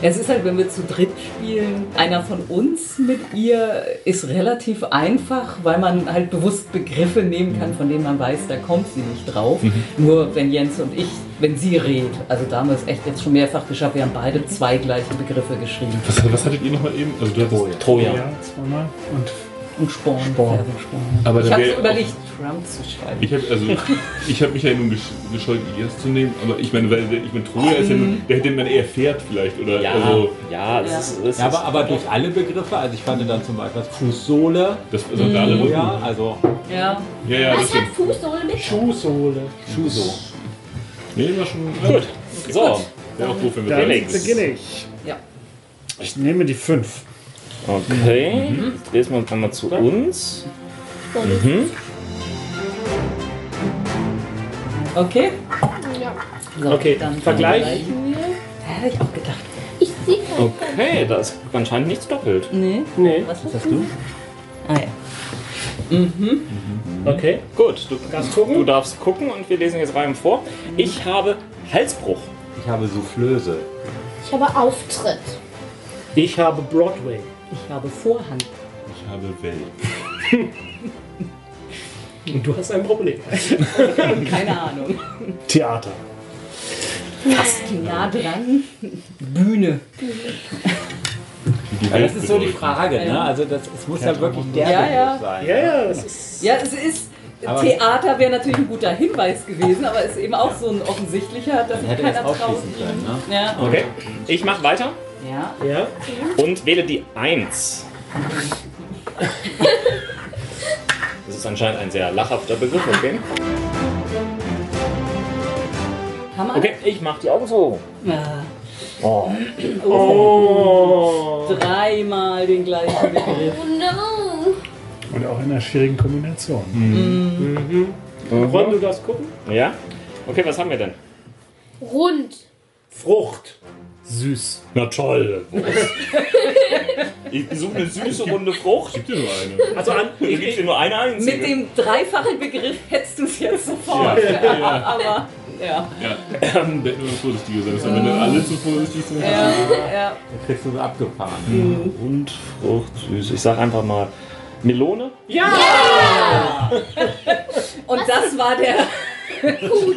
[SPEAKER 1] Es ist halt, wenn wir zu dritt spielen, einer von uns mit ihr ist relativ einfach, weil man halt bewusst Begriffe nehmen kann, von denen man weiß, da kommt sie nicht drauf. Nur wenn Jens und ich, wenn sie redet, also da haben wir es echt jetzt schon mehrfach geschafft, wir haben beide zwei gleiche Begriffe geschrieben.
[SPEAKER 8] Was, was hattet ihr nochmal eben? Also du hattest
[SPEAKER 4] Troja.
[SPEAKER 5] Troja.
[SPEAKER 7] Ja, zweimal. Und
[SPEAKER 1] Und Sporn.
[SPEAKER 7] Sporn.
[SPEAKER 1] Werbung, Sporn.
[SPEAKER 8] Aber
[SPEAKER 1] Ich
[SPEAKER 8] da
[SPEAKER 1] habe
[SPEAKER 8] wär-
[SPEAKER 1] überlegt, Trump zu schreiben.
[SPEAKER 8] Ich habe also, ich hab mich ja nun gesch- gescheut, Ilias zu nehmen, aber ich meine, weil der- ich meine, Troja ist ja nun, der hätte man eher Pferd vielleicht, oder?
[SPEAKER 5] Ja,
[SPEAKER 8] Also,
[SPEAKER 5] ja, es
[SPEAKER 1] Ja.
[SPEAKER 5] ist. Es
[SPEAKER 4] Ja,
[SPEAKER 5] ist
[SPEAKER 4] aber, aber durch alle Begriffe, also ich fand dann zum Beispiel das Fußsohle,
[SPEAKER 8] das Sandale Rücken.
[SPEAKER 4] ja, also
[SPEAKER 1] Ja.
[SPEAKER 8] Ja, ja, das
[SPEAKER 3] Was hat
[SPEAKER 8] stimmt.
[SPEAKER 3] Fußsohle mit?
[SPEAKER 6] Schuhsohle.
[SPEAKER 4] Schuso.
[SPEAKER 8] Nee, war schon.
[SPEAKER 5] Gut. So,
[SPEAKER 8] Wäre auch doof, wenn wir
[SPEAKER 7] dann
[SPEAKER 8] drei-
[SPEAKER 7] beginne ich.
[SPEAKER 1] Ja.
[SPEAKER 7] Ich nehme die 5.
[SPEAKER 5] okay. Jetzt lesen wir uns einmal zu uns.
[SPEAKER 1] Okay? So,
[SPEAKER 6] Okay,
[SPEAKER 1] dann
[SPEAKER 6] Vergleich.
[SPEAKER 1] vergleichen wir. Hätte ich auch gedacht.
[SPEAKER 3] Ich sehe keinen.
[SPEAKER 5] Okay, da ist anscheinend nichts doppelt.
[SPEAKER 1] Nee.
[SPEAKER 6] Nee.
[SPEAKER 1] Was
[SPEAKER 4] Hast du?
[SPEAKER 1] Ah ja.
[SPEAKER 6] Okay.
[SPEAKER 5] Gut, du,
[SPEAKER 6] Darfst
[SPEAKER 5] du
[SPEAKER 6] gucken?
[SPEAKER 5] darfst gucken und wir lesen jetzt rein vor. Ich habe Halsbruch.
[SPEAKER 4] Ich habe Soufflöse.
[SPEAKER 3] Ich habe Auftritt.
[SPEAKER 6] Ich habe Broadway.
[SPEAKER 1] Ich habe Vorhand.
[SPEAKER 8] Ich habe Welt.
[SPEAKER 6] Und du hast ein Problem.
[SPEAKER 1] Keine Ahnung.
[SPEAKER 7] Theater.
[SPEAKER 1] Nah dran. Bühne.
[SPEAKER 8] Die
[SPEAKER 4] Ja,
[SPEAKER 8] Welt
[SPEAKER 4] das ist so die
[SPEAKER 8] bedeutet.
[SPEAKER 4] Frage, ne? Also das, es muss ja wirklich der
[SPEAKER 1] Ja,
[SPEAKER 4] Begriff
[SPEAKER 1] ja.
[SPEAKER 4] sein.
[SPEAKER 6] Ja, ja, das ist.
[SPEAKER 1] Ja, es ist.
[SPEAKER 4] Aber-
[SPEAKER 1] Theater wäre natürlich ein guter Hinweis gewesen, aber ist eben auch so ein offensichtlicher, dass
[SPEAKER 4] Dann
[SPEAKER 1] sich
[SPEAKER 4] hätte das
[SPEAKER 1] keiner traut.
[SPEAKER 4] ausschließen können, ne?
[SPEAKER 1] Ja.
[SPEAKER 5] Okay. Ich mache weiter
[SPEAKER 1] ja.
[SPEAKER 6] Ja.
[SPEAKER 5] und wähle die 1. Das ist anscheinend ein sehr lachhafter Begriff, okay?
[SPEAKER 1] Kann man?
[SPEAKER 5] Okay, ich mache die Augen so.
[SPEAKER 1] Ah,
[SPEAKER 5] Oh.
[SPEAKER 1] dreimal den gleichen Begriff.
[SPEAKER 3] Oh no.
[SPEAKER 7] Und auch in einer schwierigen Kombination.
[SPEAKER 6] Ron, du darfst gucken?
[SPEAKER 5] Ja? Okay, was haben wir denn?
[SPEAKER 3] Rund.
[SPEAKER 6] Frucht.
[SPEAKER 8] Süß.
[SPEAKER 5] Na toll. Ich suche eine süße, runde Frucht.
[SPEAKER 8] Gibt ja nur eine.
[SPEAKER 6] Also an.
[SPEAKER 5] Ich gebe dir nur eine einzige.
[SPEAKER 1] Mit dem dreifachen Begriff hättest du es jetzt sofort.
[SPEAKER 8] Ja, ja.
[SPEAKER 1] Aber ja.
[SPEAKER 8] ja. Ähm, wir hätten nur vorsichtig sein müssen. Wenn dann alle zu vorsichtig sind.
[SPEAKER 1] Ja, ja.
[SPEAKER 4] Da kriegst du so abgefahren.
[SPEAKER 5] Und Frucht, süß. Ich sag einfach mal Melone.
[SPEAKER 6] Ja!
[SPEAKER 1] Und das war der.
[SPEAKER 8] Gut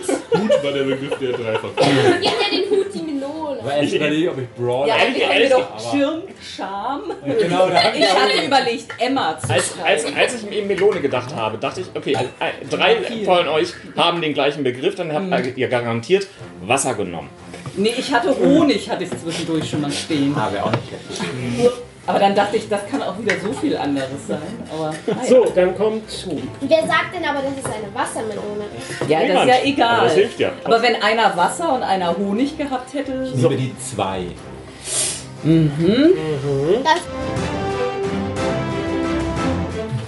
[SPEAKER 8] war der Begriff der Dreifach.
[SPEAKER 3] Gib mir den Hut, die Melone.
[SPEAKER 4] Aber erst überlege ich, ob ich Brawl.
[SPEAKER 1] Ja, eigentlich haben wir
[SPEAKER 5] ehrlich,
[SPEAKER 1] doch Schirm, Charme.
[SPEAKER 4] Genau, da hab ich
[SPEAKER 1] Ich
[SPEAKER 4] auch
[SPEAKER 1] hatte überlegt, Emma zu
[SPEAKER 5] Als, als,
[SPEAKER 1] schreiben.
[SPEAKER 5] als ich eben Melone gedacht habe, dachte ich, okay, also, äh, drei von euch haben den gleichen Begriff, dann habt ihr garantiert Wasser genommen.
[SPEAKER 1] Nee, ich hatte Honig, hatte ich zwischendurch schon mal stehen.
[SPEAKER 4] Ah, wäre auch nicht schlecht.
[SPEAKER 1] Aber dann dachte ich, das kann auch wieder so viel anderes sein. Aber naja.
[SPEAKER 6] So, dann kommt.
[SPEAKER 3] Wer sagt denn aber, dass es eine Wassermelone ist?
[SPEAKER 1] ja, das ist
[SPEAKER 5] Niemand.
[SPEAKER 1] ja egal.
[SPEAKER 5] Aber das hilft ja.
[SPEAKER 1] Aber wenn einer Wasser und einer Honig gehabt hätte,
[SPEAKER 4] Ich liebe die zwei.
[SPEAKER 3] Das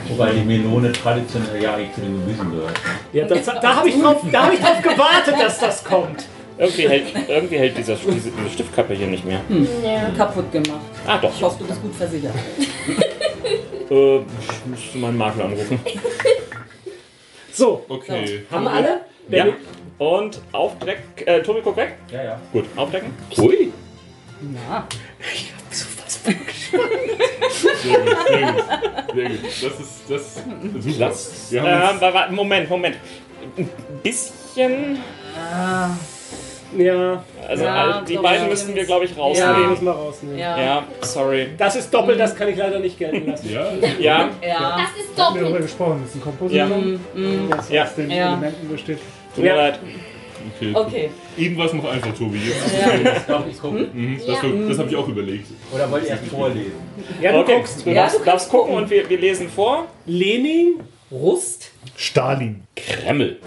[SPEAKER 4] Wobei die Melone traditionell ja eigentlich zu den Gemüsen gehört.
[SPEAKER 6] Ja, das, da habe ich, drauf- da hab ich drauf gewartet, dass das kommt.
[SPEAKER 5] Irgendwie hält, irgendwie hält dieser, diese, diese Stiftkappe hier nicht mehr.
[SPEAKER 1] kaputt gemacht.
[SPEAKER 5] Ah, doch.
[SPEAKER 1] Ich hoffe, du bist gut versichert.
[SPEAKER 5] Äh, ich müsste meinen Makler anrufen.
[SPEAKER 6] So,
[SPEAKER 8] Okay.
[SPEAKER 6] haben wir alle?
[SPEAKER 5] Ja. Und aufdecken. Äh, Tobi, guck weg.
[SPEAKER 4] Ja, ja.
[SPEAKER 5] Gut, aufdecken. Ui.
[SPEAKER 1] Na,
[SPEAKER 8] Sehr gut. Sehr gut. Sehr gut. Das ist. Das ist super.
[SPEAKER 5] Lass.
[SPEAKER 8] Wir
[SPEAKER 5] Ähm,
[SPEAKER 8] haben uns-
[SPEAKER 5] wa- wa- Moment, Moment. Ein bisschen.
[SPEAKER 6] Ja,
[SPEAKER 5] Also,
[SPEAKER 1] Ja,
[SPEAKER 5] all- die
[SPEAKER 1] glaub
[SPEAKER 5] beiden
[SPEAKER 1] ich.
[SPEAKER 5] müssten wir, glaube ich,
[SPEAKER 6] ja.
[SPEAKER 1] Ja.
[SPEAKER 6] wir
[SPEAKER 5] rausnehmen.
[SPEAKER 6] müssen mal rausnehmen.
[SPEAKER 1] ja.
[SPEAKER 5] Ja, sorry.
[SPEAKER 6] Das ist doppelt, das kann ich leider nicht gelten lassen.
[SPEAKER 8] Ja,
[SPEAKER 5] Ja,
[SPEAKER 1] Ja.
[SPEAKER 3] Das ist
[SPEAKER 7] Wir haben darüber
[SPEAKER 3] doppelt.
[SPEAKER 7] gesprochen. Das ist ein
[SPEAKER 5] Ja.
[SPEAKER 7] Kompositum, das
[SPEAKER 5] Ja.
[SPEAKER 7] aus den
[SPEAKER 1] Ja.
[SPEAKER 7] Elementen besteht.
[SPEAKER 5] tut mir
[SPEAKER 6] Ja.
[SPEAKER 5] leid.
[SPEAKER 8] okay.
[SPEAKER 1] Okay.
[SPEAKER 8] Eben war es noch einfach, Tobi. Jetzt.
[SPEAKER 4] Ich glaube, ich gucke.
[SPEAKER 8] Mhm, das
[SPEAKER 3] Ja.
[SPEAKER 8] das habe ich auch überlegt.
[SPEAKER 4] Oder wollt ihr erst vorlesen?
[SPEAKER 6] Ja, du
[SPEAKER 5] Okay,
[SPEAKER 6] guckst.
[SPEAKER 5] du
[SPEAKER 1] Ja,
[SPEAKER 5] darfst,
[SPEAKER 1] du kannst
[SPEAKER 5] darfst gucken und wir, wir lesen vor.
[SPEAKER 6] Lenin
[SPEAKER 1] Rust,
[SPEAKER 7] Stalin.
[SPEAKER 5] Kreml.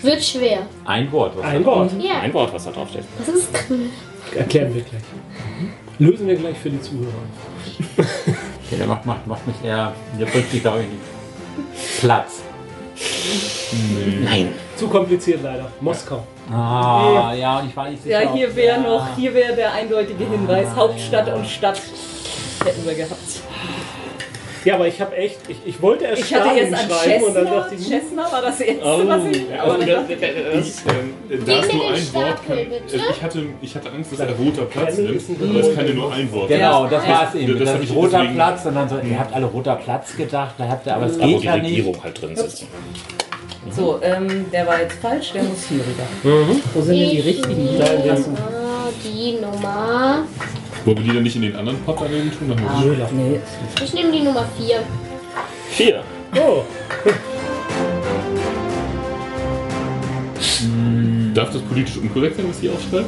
[SPEAKER 3] Wird schwer.
[SPEAKER 4] Ein Wort. Was
[SPEAKER 6] Ein Wort.
[SPEAKER 3] Ja.
[SPEAKER 5] Ein Wort, was da draufsteht.
[SPEAKER 3] Was ist Krümel?
[SPEAKER 6] Erklären wir gleich. Lösen wir gleich für die Zuhörer.
[SPEAKER 4] okay, der macht, macht, macht mich eher. Der bringt mich, glaube ich, nicht. Platz.
[SPEAKER 5] Nein.
[SPEAKER 6] Zu kompliziert leider. Moskau.
[SPEAKER 4] Ah, ja, und ich war nicht sicher.
[SPEAKER 1] Ja, hier
[SPEAKER 4] ob-
[SPEAKER 1] wäre
[SPEAKER 4] ja.
[SPEAKER 1] noch, hier wäre der eindeutige Hinweis, Hauptstadt und Stadt hätten wir gehabt.
[SPEAKER 6] Ja, aber ich habe echt, ich, ich wollte erst
[SPEAKER 1] Ich hatte
[SPEAKER 6] Stalin
[SPEAKER 1] jetzt an
[SPEAKER 6] schreiben und dann
[SPEAKER 1] Cessna,
[SPEAKER 6] dachte ich, hm.
[SPEAKER 1] Cessna war das erste, was ich, aber dann dachte ich,
[SPEAKER 5] Das-
[SPEAKER 8] Ähm, da es
[SPEAKER 3] mir
[SPEAKER 8] nur
[SPEAKER 3] den
[SPEAKER 8] ein Wort
[SPEAKER 3] Stapel,
[SPEAKER 8] kann, äh,
[SPEAKER 3] bitte.
[SPEAKER 8] ich, hatte, ich hatte Angst, dass er roter Platz
[SPEAKER 6] Kreml
[SPEAKER 8] nimmt,
[SPEAKER 6] ist ein
[SPEAKER 8] aber es kann ja nur ein Wort
[SPEAKER 4] Genau, das war es
[SPEAKER 8] Ja,
[SPEAKER 4] eben.
[SPEAKER 8] das
[SPEAKER 4] Das
[SPEAKER 8] hab
[SPEAKER 4] ist
[SPEAKER 8] ich
[SPEAKER 4] roter
[SPEAKER 8] deswegen-
[SPEAKER 4] Platz und dann so, ihr habt alle roter Platz gedacht, da habt ihr, aber es
[SPEAKER 5] Da, wo
[SPEAKER 4] geht
[SPEAKER 5] die
[SPEAKER 4] ja nicht.
[SPEAKER 5] Regierung halt drin sitzt.
[SPEAKER 1] so, ähm, der war jetzt falsch, der muss hier rüber. Wo sind denn die richtigen?
[SPEAKER 3] Ah, die Nummer.
[SPEAKER 8] Wollen wir die dann nicht in den anderen Pott daneben tun? Dann haben wir-
[SPEAKER 1] Nee,
[SPEAKER 3] Ich nehme die Nummer 4.
[SPEAKER 5] Vier.
[SPEAKER 6] oh,
[SPEAKER 8] Darf das politisch unkorrekt sein, was ich aufschreibe?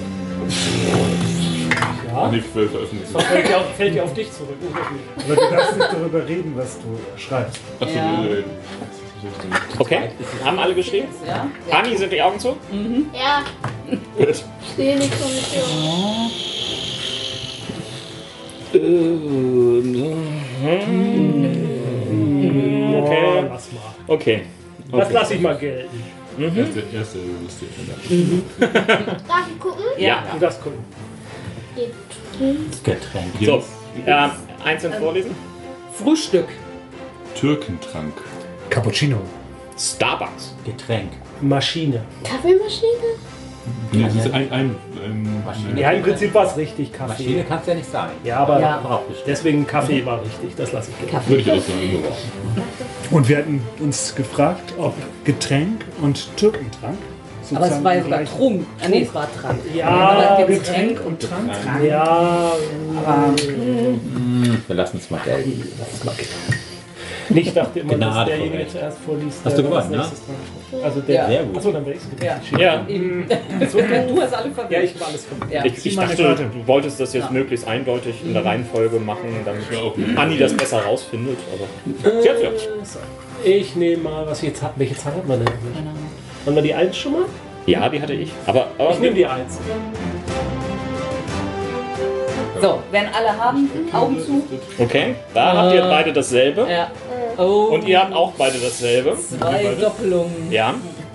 [SPEAKER 8] Ja. Nee, wir veröffentlichen.
[SPEAKER 6] fällt ja auf, fällt ja auf dich zurück. nicht auf mich.
[SPEAKER 4] Oh.
[SPEAKER 7] Aber du darfst nicht darüber reden, was du schreibst.
[SPEAKER 8] Achso,
[SPEAKER 1] Ja.
[SPEAKER 8] äh,
[SPEAKER 5] Okay. Haben alle geschrieben?
[SPEAKER 1] ja.
[SPEAKER 5] Hani, sind die Augen zu?
[SPEAKER 3] Ja.
[SPEAKER 5] Gut.
[SPEAKER 3] Sehe die Kommission.
[SPEAKER 6] Okay, lass mal.
[SPEAKER 5] Okay.
[SPEAKER 6] Das lasse ich mal gelten.
[SPEAKER 8] erste, erste lustige
[SPEAKER 3] Darf ich gucken?
[SPEAKER 5] Ja.
[SPEAKER 6] Du darfst gucken.
[SPEAKER 3] Geht.
[SPEAKER 4] Getränk.
[SPEAKER 5] So. Ähm, einzeln vorlesen.
[SPEAKER 1] Frühstück,
[SPEAKER 8] Türkentrank.
[SPEAKER 7] Cappuccino.
[SPEAKER 5] Starbucks.
[SPEAKER 4] Getränk.
[SPEAKER 6] Maschine.
[SPEAKER 3] Kaffeemaschine?
[SPEAKER 8] Nee, das ist ein. ein, ein
[SPEAKER 4] Maschine.
[SPEAKER 6] Ja, im Prinzip war es richtig,
[SPEAKER 4] Maschine
[SPEAKER 6] Kaffee.
[SPEAKER 4] kann es ja nicht sein.
[SPEAKER 6] Ja, aber
[SPEAKER 1] Ja.
[SPEAKER 4] Draufgeschrieben.
[SPEAKER 6] deswegen Kaffee war richtig. Das lasse ich gelten.
[SPEAKER 8] Würde ich auch sagen.
[SPEAKER 7] Und wir hatten uns gefragt, ob Getränk und Türkentrank
[SPEAKER 1] aber es
[SPEAKER 7] sozusagen
[SPEAKER 1] war
[SPEAKER 7] im
[SPEAKER 1] sogar
[SPEAKER 7] gleichen-
[SPEAKER 1] Trunk. Ah, nee, es war Trank.
[SPEAKER 6] Ja,
[SPEAKER 1] aber
[SPEAKER 7] Getränk
[SPEAKER 1] Getränk
[SPEAKER 7] und Trank.
[SPEAKER 6] Ja,
[SPEAKER 4] Hm, Wir lassen es mal
[SPEAKER 6] Hm,
[SPEAKER 4] gelten.
[SPEAKER 6] ich dachte immer, dass
[SPEAKER 4] Gnade
[SPEAKER 6] derjenige
[SPEAKER 4] verwehrt.
[SPEAKER 6] zuerst vorliest.
[SPEAKER 4] Hast
[SPEAKER 6] der
[SPEAKER 4] du
[SPEAKER 6] als
[SPEAKER 4] gewonnen, ne?
[SPEAKER 6] nächstes dran ist. Also der.
[SPEAKER 4] Sehr gut.
[SPEAKER 6] Achso, dann wäre ich es
[SPEAKER 1] Ja.
[SPEAKER 5] Ja.
[SPEAKER 1] Eben. Du hast alle
[SPEAKER 6] Ja,
[SPEAKER 1] verwirrt.
[SPEAKER 6] ich habe alles verwirrt.
[SPEAKER 1] Ja.
[SPEAKER 5] Ich, ich dachte, du wolltest das jetzt möglichst eindeutig in der Reihenfolge machen, damit Anni das besser rausfindet. Aber sie hat's ja.
[SPEAKER 6] Ich nehme mal, was ich jetzt habe. Welche Zahl hat man denn? Haben wir die 1 schon mal?
[SPEAKER 5] Ja, die hatte ich. Aber, aber
[SPEAKER 6] Ich nehme die 1.
[SPEAKER 1] So, wenn alle haben, Augen zu.
[SPEAKER 5] okay, da habt ihr beide dasselbe.
[SPEAKER 1] Ja. Oh,
[SPEAKER 5] Und ihr habt auch beide dasselbe.
[SPEAKER 1] zwei Doppelungen.
[SPEAKER 5] Ja.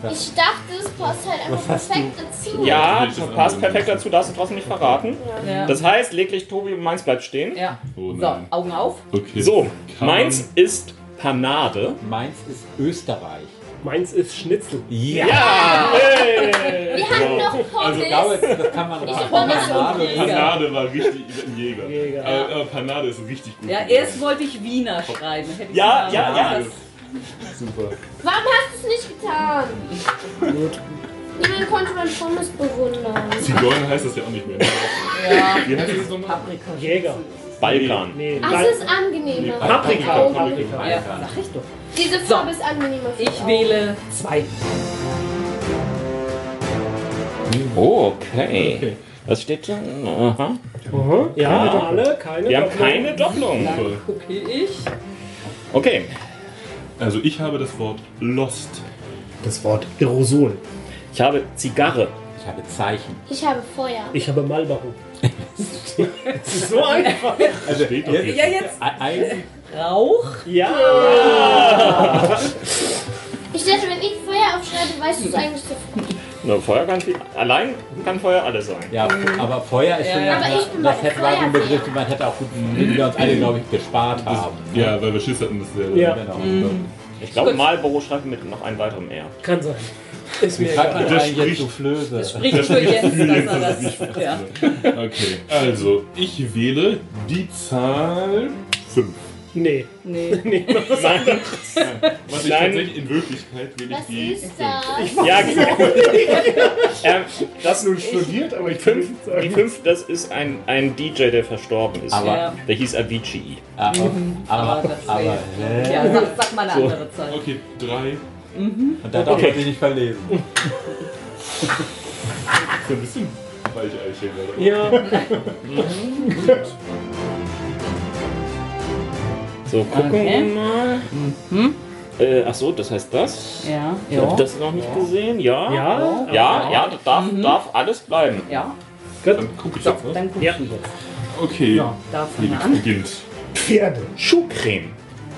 [SPEAKER 3] Ich dachte, es passt halt einfach perfekt dazu.
[SPEAKER 5] Ja, passt perfekt dazu, darfst du trotzdem nicht verraten.
[SPEAKER 1] Ja.
[SPEAKER 5] Das heißt, lediglich Tobi und Mainz bleibt stehen.
[SPEAKER 1] ja.
[SPEAKER 8] Oh
[SPEAKER 1] So,
[SPEAKER 8] nein.
[SPEAKER 1] Augen auf.
[SPEAKER 8] Okay.
[SPEAKER 5] So,
[SPEAKER 8] Kann man-
[SPEAKER 5] Mainz ist Panade.
[SPEAKER 4] Meins ist Österreich.
[SPEAKER 6] Meins ist Schnitzel.
[SPEAKER 4] Ja!
[SPEAKER 3] Wir hatten noch
[SPEAKER 4] Ich
[SPEAKER 3] Pommes.
[SPEAKER 4] glaube, das kann man
[SPEAKER 3] hab noch nicht so
[SPEAKER 8] Panade war richtig. Ein Jäger.
[SPEAKER 6] Jäger.
[SPEAKER 8] Aber, aber Panade ist richtig gut.
[SPEAKER 1] Ja, erst wollte ich Wiener schreiben. Hätte ich
[SPEAKER 5] Ja,
[SPEAKER 1] mal-
[SPEAKER 5] ja, ja.
[SPEAKER 1] Das-
[SPEAKER 8] Super.
[SPEAKER 3] Warum hast du es nicht getan? Niemand konnte mein Pommes bewundern.
[SPEAKER 8] Zigeuner heißt das ja auch nicht mehr. ne?
[SPEAKER 1] ja.
[SPEAKER 8] Wie heißt das nochmal?
[SPEAKER 1] Paprika.
[SPEAKER 6] Jäger.
[SPEAKER 5] Balkan.
[SPEAKER 6] Nee,
[SPEAKER 3] Ach, es ist angenehmer.
[SPEAKER 6] Paprika.
[SPEAKER 1] Ja,
[SPEAKER 6] Paprika.
[SPEAKER 1] sag ich doch.
[SPEAKER 3] Diese Farbe ist angenehmer. für
[SPEAKER 1] Ich
[SPEAKER 3] die
[SPEAKER 1] wähle zwei.
[SPEAKER 5] Okay. Was steht da? Aha.
[SPEAKER 6] Mhm. Ja, ja. alle, keine.
[SPEAKER 5] Wir haben
[SPEAKER 6] Doppel-
[SPEAKER 5] keine Doppelung.
[SPEAKER 1] Dann gucke ich.
[SPEAKER 5] Okay.
[SPEAKER 8] Also ich habe das Wort Lost.
[SPEAKER 7] Das Wort Aerosol.
[SPEAKER 5] Ich habe Zigarre.
[SPEAKER 4] Ich habe Zeichen.
[SPEAKER 3] Augen. Ich habe Feuer.
[SPEAKER 6] Ich habe Marlboro. das ist so einfach.
[SPEAKER 8] Also steht doch
[SPEAKER 1] Ja,
[SPEAKER 8] jetzt.
[SPEAKER 1] jetzt
[SPEAKER 4] Ein,
[SPEAKER 1] Rauch.
[SPEAKER 6] Ja.
[SPEAKER 3] Ich dachte, wenn ich Feuer aufschreibe, weißt du es eigentlich sofort.
[SPEAKER 5] Na, Feuer kann viel. Allein kann Feuer alles sein.
[SPEAKER 4] ja, aber Feuer ist schon
[SPEAKER 1] Ja,
[SPEAKER 4] ganz-
[SPEAKER 3] aber ich bin
[SPEAKER 4] das
[SPEAKER 3] bei
[SPEAKER 4] hätte war so ein
[SPEAKER 3] Feuerwehr.
[SPEAKER 4] Begriff, den man hätte auch gut, den wir uns alle, glaube ich, gespart haben.
[SPEAKER 8] Ja, weil wir Schiss hatten, dass der.
[SPEAKER 6] Ja.
[SPEAKER 4] Genau.
[SPEAKER 5] Ich glaube, Marlboro schreibt mit noch einem weiteren R.
[SPEAKER 6] Kann sein. Ist mir
[SPEAKER 4] Wie schreibt
[SPEAKER 6] egal.
[SPEAKER 4] man
[SPEAKER 8] Der
[SPEAKER 4] eigentlich jetzt
[SPEAKER 8] spricht.
[SPEAKER 4] Soufflöse?
[SPEAKER 1] Sprich für Jens, dass er das. Ja.
[SPEAKER 8] Okay. Also, ich wähle die Zahl 5.
[SPEAKER 6] Nee.
[SPEAKER 1] Nee.
[SPEAKER 5] Nein.
[SPEAKER 8] Was ich
[SPEAKER 5] Nein.
[SPEAKER 8] tatsächlich in Wirklichkeit wähle ich
[SPEAKER 3] Was
[SPEAKER 8] die.
[SPEAKER 3] ist das?
[SPEAKER 5] Ja, genau. ähm, das nun
[SPEAKER 7] Studiert, aber ich
[SPEAKER 5] Fünf, die fünf, das ist ein, ein DJ, der verstorben ist.
[SPEAKER 4] Aber-
[SPEAKER 1] Ja.
[SPEAKER 5] Der hieß Avicii.
[SPEAKER 4] Ah, okay.
[SPEAKER 1] Aber ne?
[SPEAKER 4] Aber,
[SPEAKER 1] das
[SPEAKER 4] aber,
[SPEAKER 1] wäre-
[SPEAKER 4] hä?
[SPEAKER 1] Ja, sag, sag mal eine andere Zahl.
[SPEAKER 8] Okay, 3.
[SPEAKER 4] Und da darf
[SPEAKER 5] Okay.
[SPEAKER 4] man sich nicht verlesen.
[SPEAKER 8] Ist ein bisschen Weicheiche gerade.
[SPEAKER 6] Ja.
[SPEAKER 5] So, gucken
[SPEAKER 1] Okay.
[SPEAKER 5] wir mal. Äh, ach so, das heißt das?
[SPEAKER 1] Ja,
[SPEAKER 5] Ich
[SPEAKER 1] ja.
[SPEAKER 5] habe das noch nicht gesehen, ja.
[SPEAKER 6] Ja,
[SPEAKER 5] Ja, Mhm. ja, das darf, darf alles bleiben.
[SPEAKER 1] ja,
[SPEAKER 8] Dann guck ich
[SPEAKER 1] so,
[SPEAKER 8] jetzt. Ne?
[SPEAKER 1] dann guck
[SPEAKER 6] Ja.
[SPEAKER 1] ich jetzt.
[SPEAKER 8] Okay.
[SPEAKER 1] So, da fangen wir
[SPEAKER 8] Felix
[SPEAKER 1] an.
[SPEAKER 8] beginnt.
[SPEAKER 7] Pferde.
[SPEAKER 5] Schuhcreme.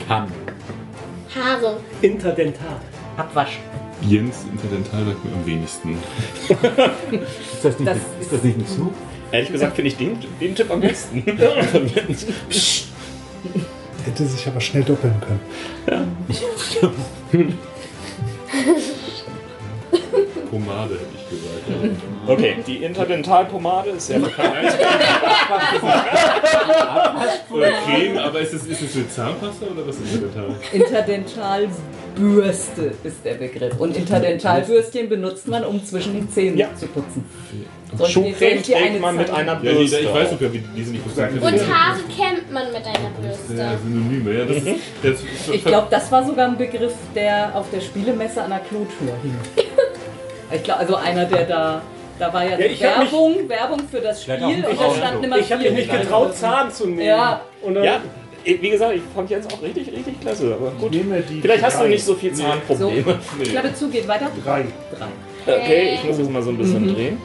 [SPEAKER 4] Kann.
[SPEAKER 3] Haare.
[SPEAKER 6] interdental.
[SPEAKER 1] Abwasch.
[SPEAKER 8] Jens Interdental sagt mir am wenigsten.
[SPEAKER 4] Ist das nicht,
[SPEAKER 1] Das
[SPEAKER 4] ist das nicht ein Zug?
[SPEAKER 5] Ehrlich gesagt finde ich den, den Tipp am besten.
[SPEAKER 7] Hätte sich aber schnell doppeln können.
[SPEAKER 8] Pomade hätte ich gesagt.
[SPEAKER 5] okay, die Interdentalpomade ist ja bekannt.
[SPEAKER 8] Oder Creme, aber ist es, ist es eine Zahnpasta oder was ist Interdental?
[SPEAKER 1] Interdentalbürste ist der Begriff. Und Interdentalbürstchen benutzt man, um zwischen den Zähnen
[SPEAKER 5] Ja.
[SPEAKER 1] zu putzen.
[SPEAKER 5] Schuhcreme trägt man mit
[SPEAKER 1] Zange-
[SPEAKER 5] einer
[SPEAKER 8] Ja, die,
[SPEAKER 5] Bürste.
[SPEAKER 8] ich weiß nicht, wie die, die sind. Ich wusste nicht,
[SPEAKER 3] Und
[SPEAKER 8] dass-
[SPEAKER 3] Haare kämmt man mit einer
[SPEAKER 8] Ja,
[SPEAKER 3] Bürste.
[SPEAKER 8] Synonyme, ja. Das ist, das ist,
[SPEAKER 1] Ich glaube, das war sogar ein Begriff, der auf der Spielemesse an der Klotür hing. Ich glaube, also einer, der da. Da war ja,
[SPEAKER 6] Ja, ich hab mich-
[SPEAKER 1] Werbung, Werbung für das Spiel
[SPEAKER 4] Vielleicht auch ein
[SPEAKER 1] und da
[SPEAKER 4] Frauenlogo.
[SPEAKER 1] standen immer
[SPEAKER 6] Ich habe mich
[SPEAKER 1] vier
[SPEAKER 6] nicht
[SPEAKER 1] Leute.
[SPEAKER 6] getraut, Zahn zu nehmen.
[SPEAKER 1] Ja.
[SPEAKER 6] Und dann,
[SPEAKER 5] Ja, wie gesagt, ich fand Jens auch richtig, richtig klasse. Aber gut.
[SPEAKER 7] Nehme die
[SPEAKER 5] Vielleicht hast du
[SPEAKER 7] drei.
[SPEAKER 5] nicht so viel Zahnprobleme.
[SPEAKER 1] Ich glaube, zu geht weiter.
[SPEAKER 7] Drei.
[SPEAKER 5] Okay, ich muss jetzt mal so ein bisschen drehen.